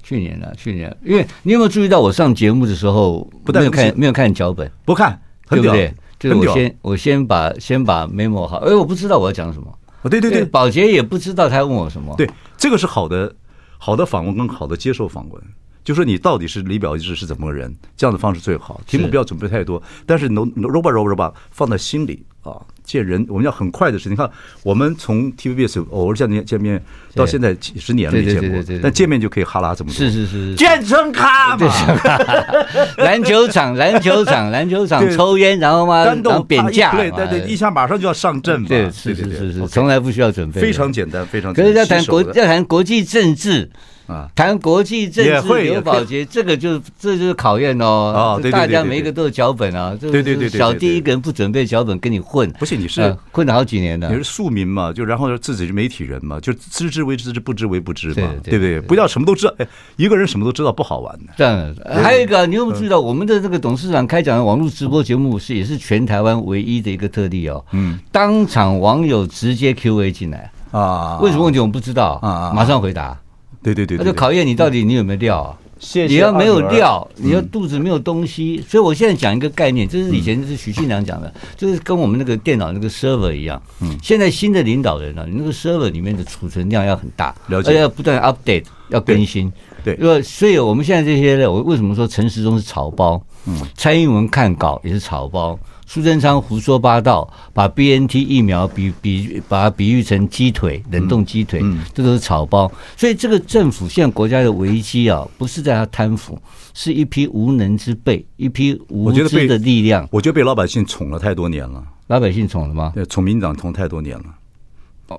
S3: 去年了，去年，因为你有没有注意到我上节目的时候
S1: 不但
S3: 没有
S1: 不是
S3: 看没有看脚本，
S1: 不看，很
S3: 对不
S1: 屌，
S3: 对？就是
S1: 很
S3: 我
S1: 屌。
S3: 先我先把先把 memo 好，哎，我不知道我要讲什么。
S1: 哦，对对对
S3: 宝洁也不知道他问我什么。
S1: 对，这个是好的，好的访问跟好的接受访问，就说你到底是里表一致是怎么个人，这样的方式最好。题目
S3: 是
S1: 不要准备太多，但是能揉吧揉吧揉吧，放在心里啊，见人我们要很快的事情。你看，我们从 TVBS 偶尔见面见面，到现在几十年了没
S3: 对对
S1: 见
S3: 对
S1: 过
S3: 对对对，
S1: 但见面就可以哈拉这么多。
S3: 是是是是，
S1: 健身咖嘛，
S3: *laughs* 篮球场，篮球场，篮球场
S1: 对
S3: 抽烟，然后嘛，
S1: 单
S3: 然后
S1: 动
S3: 扁架嘛，哎
S1: 对对对，一下马上就要上阵嘛，
S3: 对，是是
S1: 对
S3: 是是，
S1: OK
S3: 从来不需要准备的，
S1: 非常简单，非常
S3: 可
S1: 简单。
S3: 是要谈国
S1: 洗手的
S3: 要谈国际政治
S1: 啊。
S3: 谈国际政
S1: 也
S3: 治，
S1: 会
S3: 刘宝杰这个就这就是考验哦
S1: 哦。对对对
S3: 大家
S1: 对对
S3: 每一个都有脚本啊。对
S1: 对对对对
S3: 小弟一个人不准备脚本跟你混，
S1: 不是你是
S3: 呃混了好几年了
S1: 你。是素民嘛，就然后自己是媒体人嘛，就知之为知之，不知为不知嘛，
S3: 对对
S1: 不对？不要什么都知道，哎，一个人什么都知道不好玩的。
S3: 这样，呃还有一个，
S1: 嗯
S3: 你有没有注意到我们的这个董事长开讲的网络直播节目是也是全台湾唯一的一个特例哦。嗯，当场网友直接 Q&A 进来，
S1: 啊
S3: 为什么？问题我们不知道
S1: 啊啊啊
S3: 马上回答，
S1: 对对对，
S3: 那
S1: 对
S3: 就
S1: 对
S3: 考验你到底你有没有料啊。
S1: 谢谢
S3: 你要没有
S1: 阿女儿嗯
S3: 料，你要肚子没有东西，所以我现在讲一个概念，这是以前是许信良讲的，就是跟我们那个电脑那个 server 一样。嗯，现在新的领导人啊，你那个 server 里面的储存量要很大，
S1: 了解
S3: 而且要不断地 update，要更新。
S1: 对
S3: 因为所以我们现在这些人，我为什么说陈时中是草包？嗯，蔡英文看稿也是草包，苏贞昌胡说八道，把 BNT 疫苗比比把它比喻成鸡腿，冷冻鸡腿，
S1: 嗯
S3: 这都是草包。所以这个政府现在国家的危机啊，不是在他贪腐，是一批无能之辈，一批无
S1: 我觉得
S3: 知
S1: 被
S3: 的力量。
S1: 我觉得被老百姓宠了太多年了，
S3: 老百姓宠了吗？
S1: 对，宠民进党宠太多年了，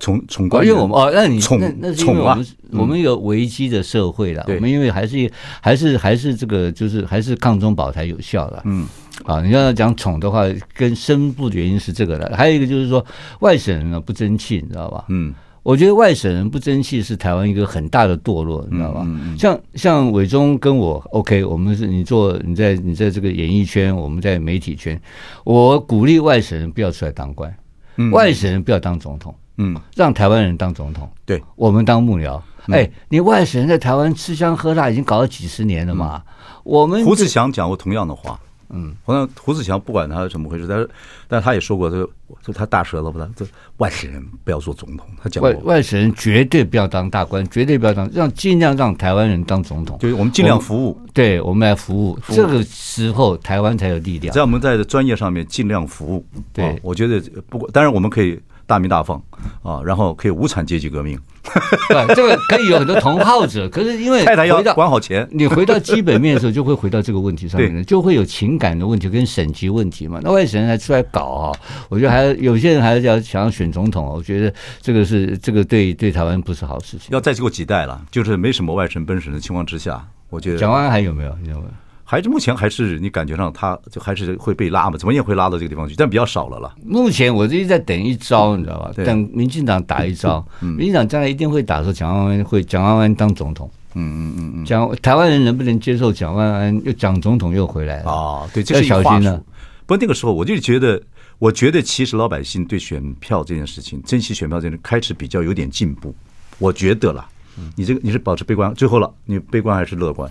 S1: 宠宠
S3: 哦，
S1: 官
S3: 因
S1: 员，
S3: 为我们哦，那你
S1: 宠
S3: 那那是因为
S1: 宠
S3: 我
S1: 啊
S3: 们、我们有危机的社会啦，
S1: 对
S3: 我们因为还是还是还是这个就是还是抗中保台有效了，嗯，啊，你要讲宠的话，跟深部的原因是这个了，还有一个就是说外省人呢不争气，你知道吧？
S1: 嗯，
S3: 我觉得外省人不争气是台湾一个很大的堕落，你知道吧？
S1: 嗯
S3: 像像伟忠跟我，OK，我们是你做你在你在这个演艺圈，我们在媒体圈，我鼓励外省人不要出来当官，
S1: 嗯
S3: 外省人不要当总统。
S1: 嗯，
S3: 让台湾人当总统，
S1: 对，嗯
S3: 我们当幕僚。哎、你外省人在台湾吃香喝辣已经搞了几十年了嘛？我
S1: 嗯
S3: 们
S1: 胡志强讲过同样的话，嗯，好像胡志强不管他怎么回事，但是但他也说过，这就他大舌头吧，这外省人不要做总统，他讲
S3: 外
S1: 过，
S3: 外省人绝对不要当大官，绝对不要当，让尽量让台湾人当总统。
S1: 就是我们尽量服务，
S3: 对，我们来服务，
S1: 务
S3: 这个时候台湾才有力量 *laughs*
S1: 在。我们在专业上面尽量服务。
S3: 对
S1: 啊我觉得不管，当然我们可以大鸣大放啊，然后可以无产阶级革命，
S3: 对，这个可以有很多同好者，可是因为
S1: 太太要
S3: 哎回到
S1: 管好钱。
S3: 你回到基本面的时候，就会回到这个问题上面了，就会有情感的问题跟省级问题嘛。那外省人还出来搞啊，我觉得还有些人还是要想要选总统啊，我觉得这个是这个对对台湾不是好事情。
S1: 要再过几代了，就是没什么外省本省的情况之下，我觉
S3: 蒋
S1: 得
S3: 万安还有没有？你认为？
S1: 还是目前还是你感觉上他就还是会被拉嘛，怎么也会拉到这个地方去，但比较少了啦。
S3: 目前我一直在等一招，你知道吧？
S1: 对
S3: 等民进党打一招，民进党将来一定会打说蒋万安会蒋万安当总统。嗯嗯嗯嗯，蒋台湾人能不能接受蒋万安又蒋总统又回来了？
S1: 啊，对，这是一
S3: 要
S1: 个
S3: 小
S1: 话
S3: 心
S1: 术
S3: 了。
S1: 不，那个时候我就觉得，我觉得其实老百姓对选票这件事情，珍惜选票这件事开始比较有点进步，我觉得啦。
S3: 嗯
S1: 你这个你是保持悲观，最后了，你悲观还是乐观？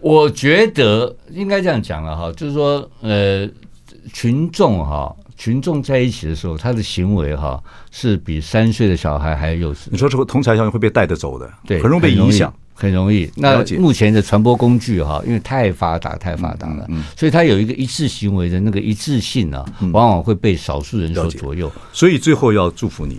S3: 我觉得应该这样讲了哈，就是说，呃，群众哈，群众在一起的时候，他的行为哈是比三岁的小孩还幼稚，
S1: 你说这个同才效应会被带着走的，
S3: 对，
S1: 很容易被影响。
S3: 很容易。那
S1: 了解
S3: 目前的传播工具哈，因为太发达太发达了，
S1: 嗯
S3: 所以它有一个一致行为的那个一致性啊，往往会被少数人所
S1: 了解
S3: 左右。
S1: 所以最后要祝福你，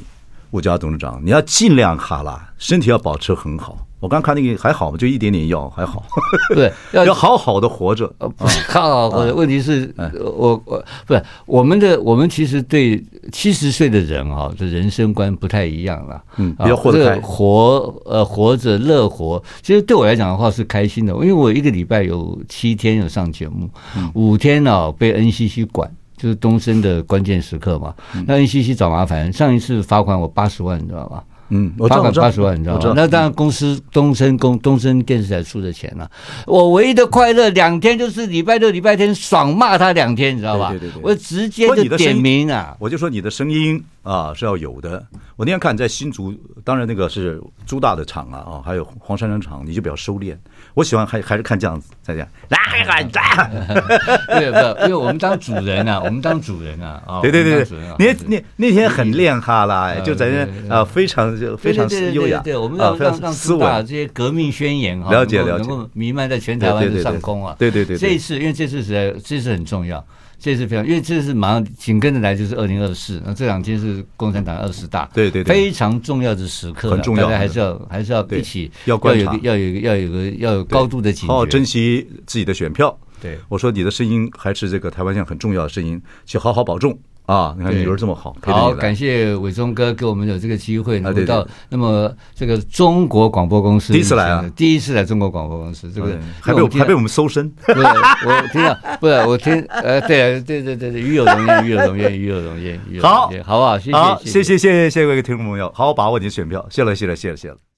S1: 吴家董事长，你要尽量哈拉，身体要保持很好。我刚看那个还好嘛，就一点点药，还好，
S3: 对，
S1: *laughs*
S3: 要
S1: 要啊哎好好的活着。 *laughs*
S3: 呃，不是靠，我的问题是，我我不是我们的，我们其实对七十岁的人哈、这人生观不太一样了。
S1: 嗯
S3: 啊
S1: 比较活得
S3: 这个
S1: 开
S3: 活呃活着乐活，其实对我来讲的话是开心的，因为我一个礼拜有七天有上节目，
S1: 嗯
S3: 五天呢、被 NCC 管。就是东升的关键时刻嘛，
S1: 嗯
S3: 那 NCC 找麻烦，上一次罚款我八十万，你知道吗？
S1: 嗯，我知
S3: 八
S1: 道，
S3: 百
S1: 我知道，
S3: 八十万，你知道
S1: 我知
S3: 吗
S1: 道？
S3: 那当然，公司东升公东升电视台出的钱了、啊我唯一的快乐两天就是礼拜六、礼拜天爽骂他两天，你知道吧？
S1: 对对对对
S3: 我直接
S1: 不过你
S3: 就
S1: 的声音
S3: 点名啊。
S1: 我就说你的声音啊是要有的。我那天看你在新竹，当然那个是哦
S3: *laughs*
S1: 朱大的场啊，啊还有黄珊珊场，你就比较收敛。我喜欢还还是看这样子，再这样来喊的。
S3: 对不？因为我们当主人啊，我们当主人
S1: *laughs*
S3: 啊，啊，
S1: 对对
S3: 我
S1: 对
S3: 们当主人啊
S1: 对，那那那天很练哈啦，
S3: 对
S1: 就在
S3: 对对
S1: 那
S3: 对
S1: 啊，非常就非常
S3: 对对对
S1: 优雅，
S3: 对，对我们
S1: 啊
S3: 让
S1: 非
S3: 让
S1: 常
S3: 让
S1: 斯
S3: 苏大
S1: 文，
S3: 这些革命宣言哈，
S1: 了解
S3: 能够
S1: 了解
S3: 能够弥漫在全台湾的上空啊。
S1: 对对对对对对
S3: 这一次因为这次实在这次很重要，这次非常，因为这次马上紧跟着来就是二零二四，那这两天是共产党二十大，
S1: 对对对
S3: 非常重要的时刻了，
S1: 很重要
S3: 大家还是要还是要
S1: 对
S3: 一起
S1: 要观
S3: 有
S1: 察
S3: 个要有个要有个要有高度的警觉，
S1: 好好珍惜自己的选票。
S3: 对
S1: 我说你的声音还是这个台湾现在很重要的声音，去好好保重啊！你看
S3: 对
S1: 女儿这么好，陪着
S3: 好，
S1: 你来
S3: 感。谢伟忠哥给我们有这个机会能够
S1: 啊对对
S3: 到那么这个中国广播公司
S1: 第一次来啊
S3: 现在第一次来中国广播公司，这个
S1: 嗯还被我还被我
S3: 们
S1: 们搜身，
S3: 不是我听到不是我听呃对对对对对，与有荣焉，与有荣焉，与有荣焉，与有荣
S1: 好
S3: 焉好不好？谢
S1: 好，
S3: 谢
S1: 谢谢谢谢谢谢各位听众朋友，好好把握你的选票，谢了谢了谢了谢了。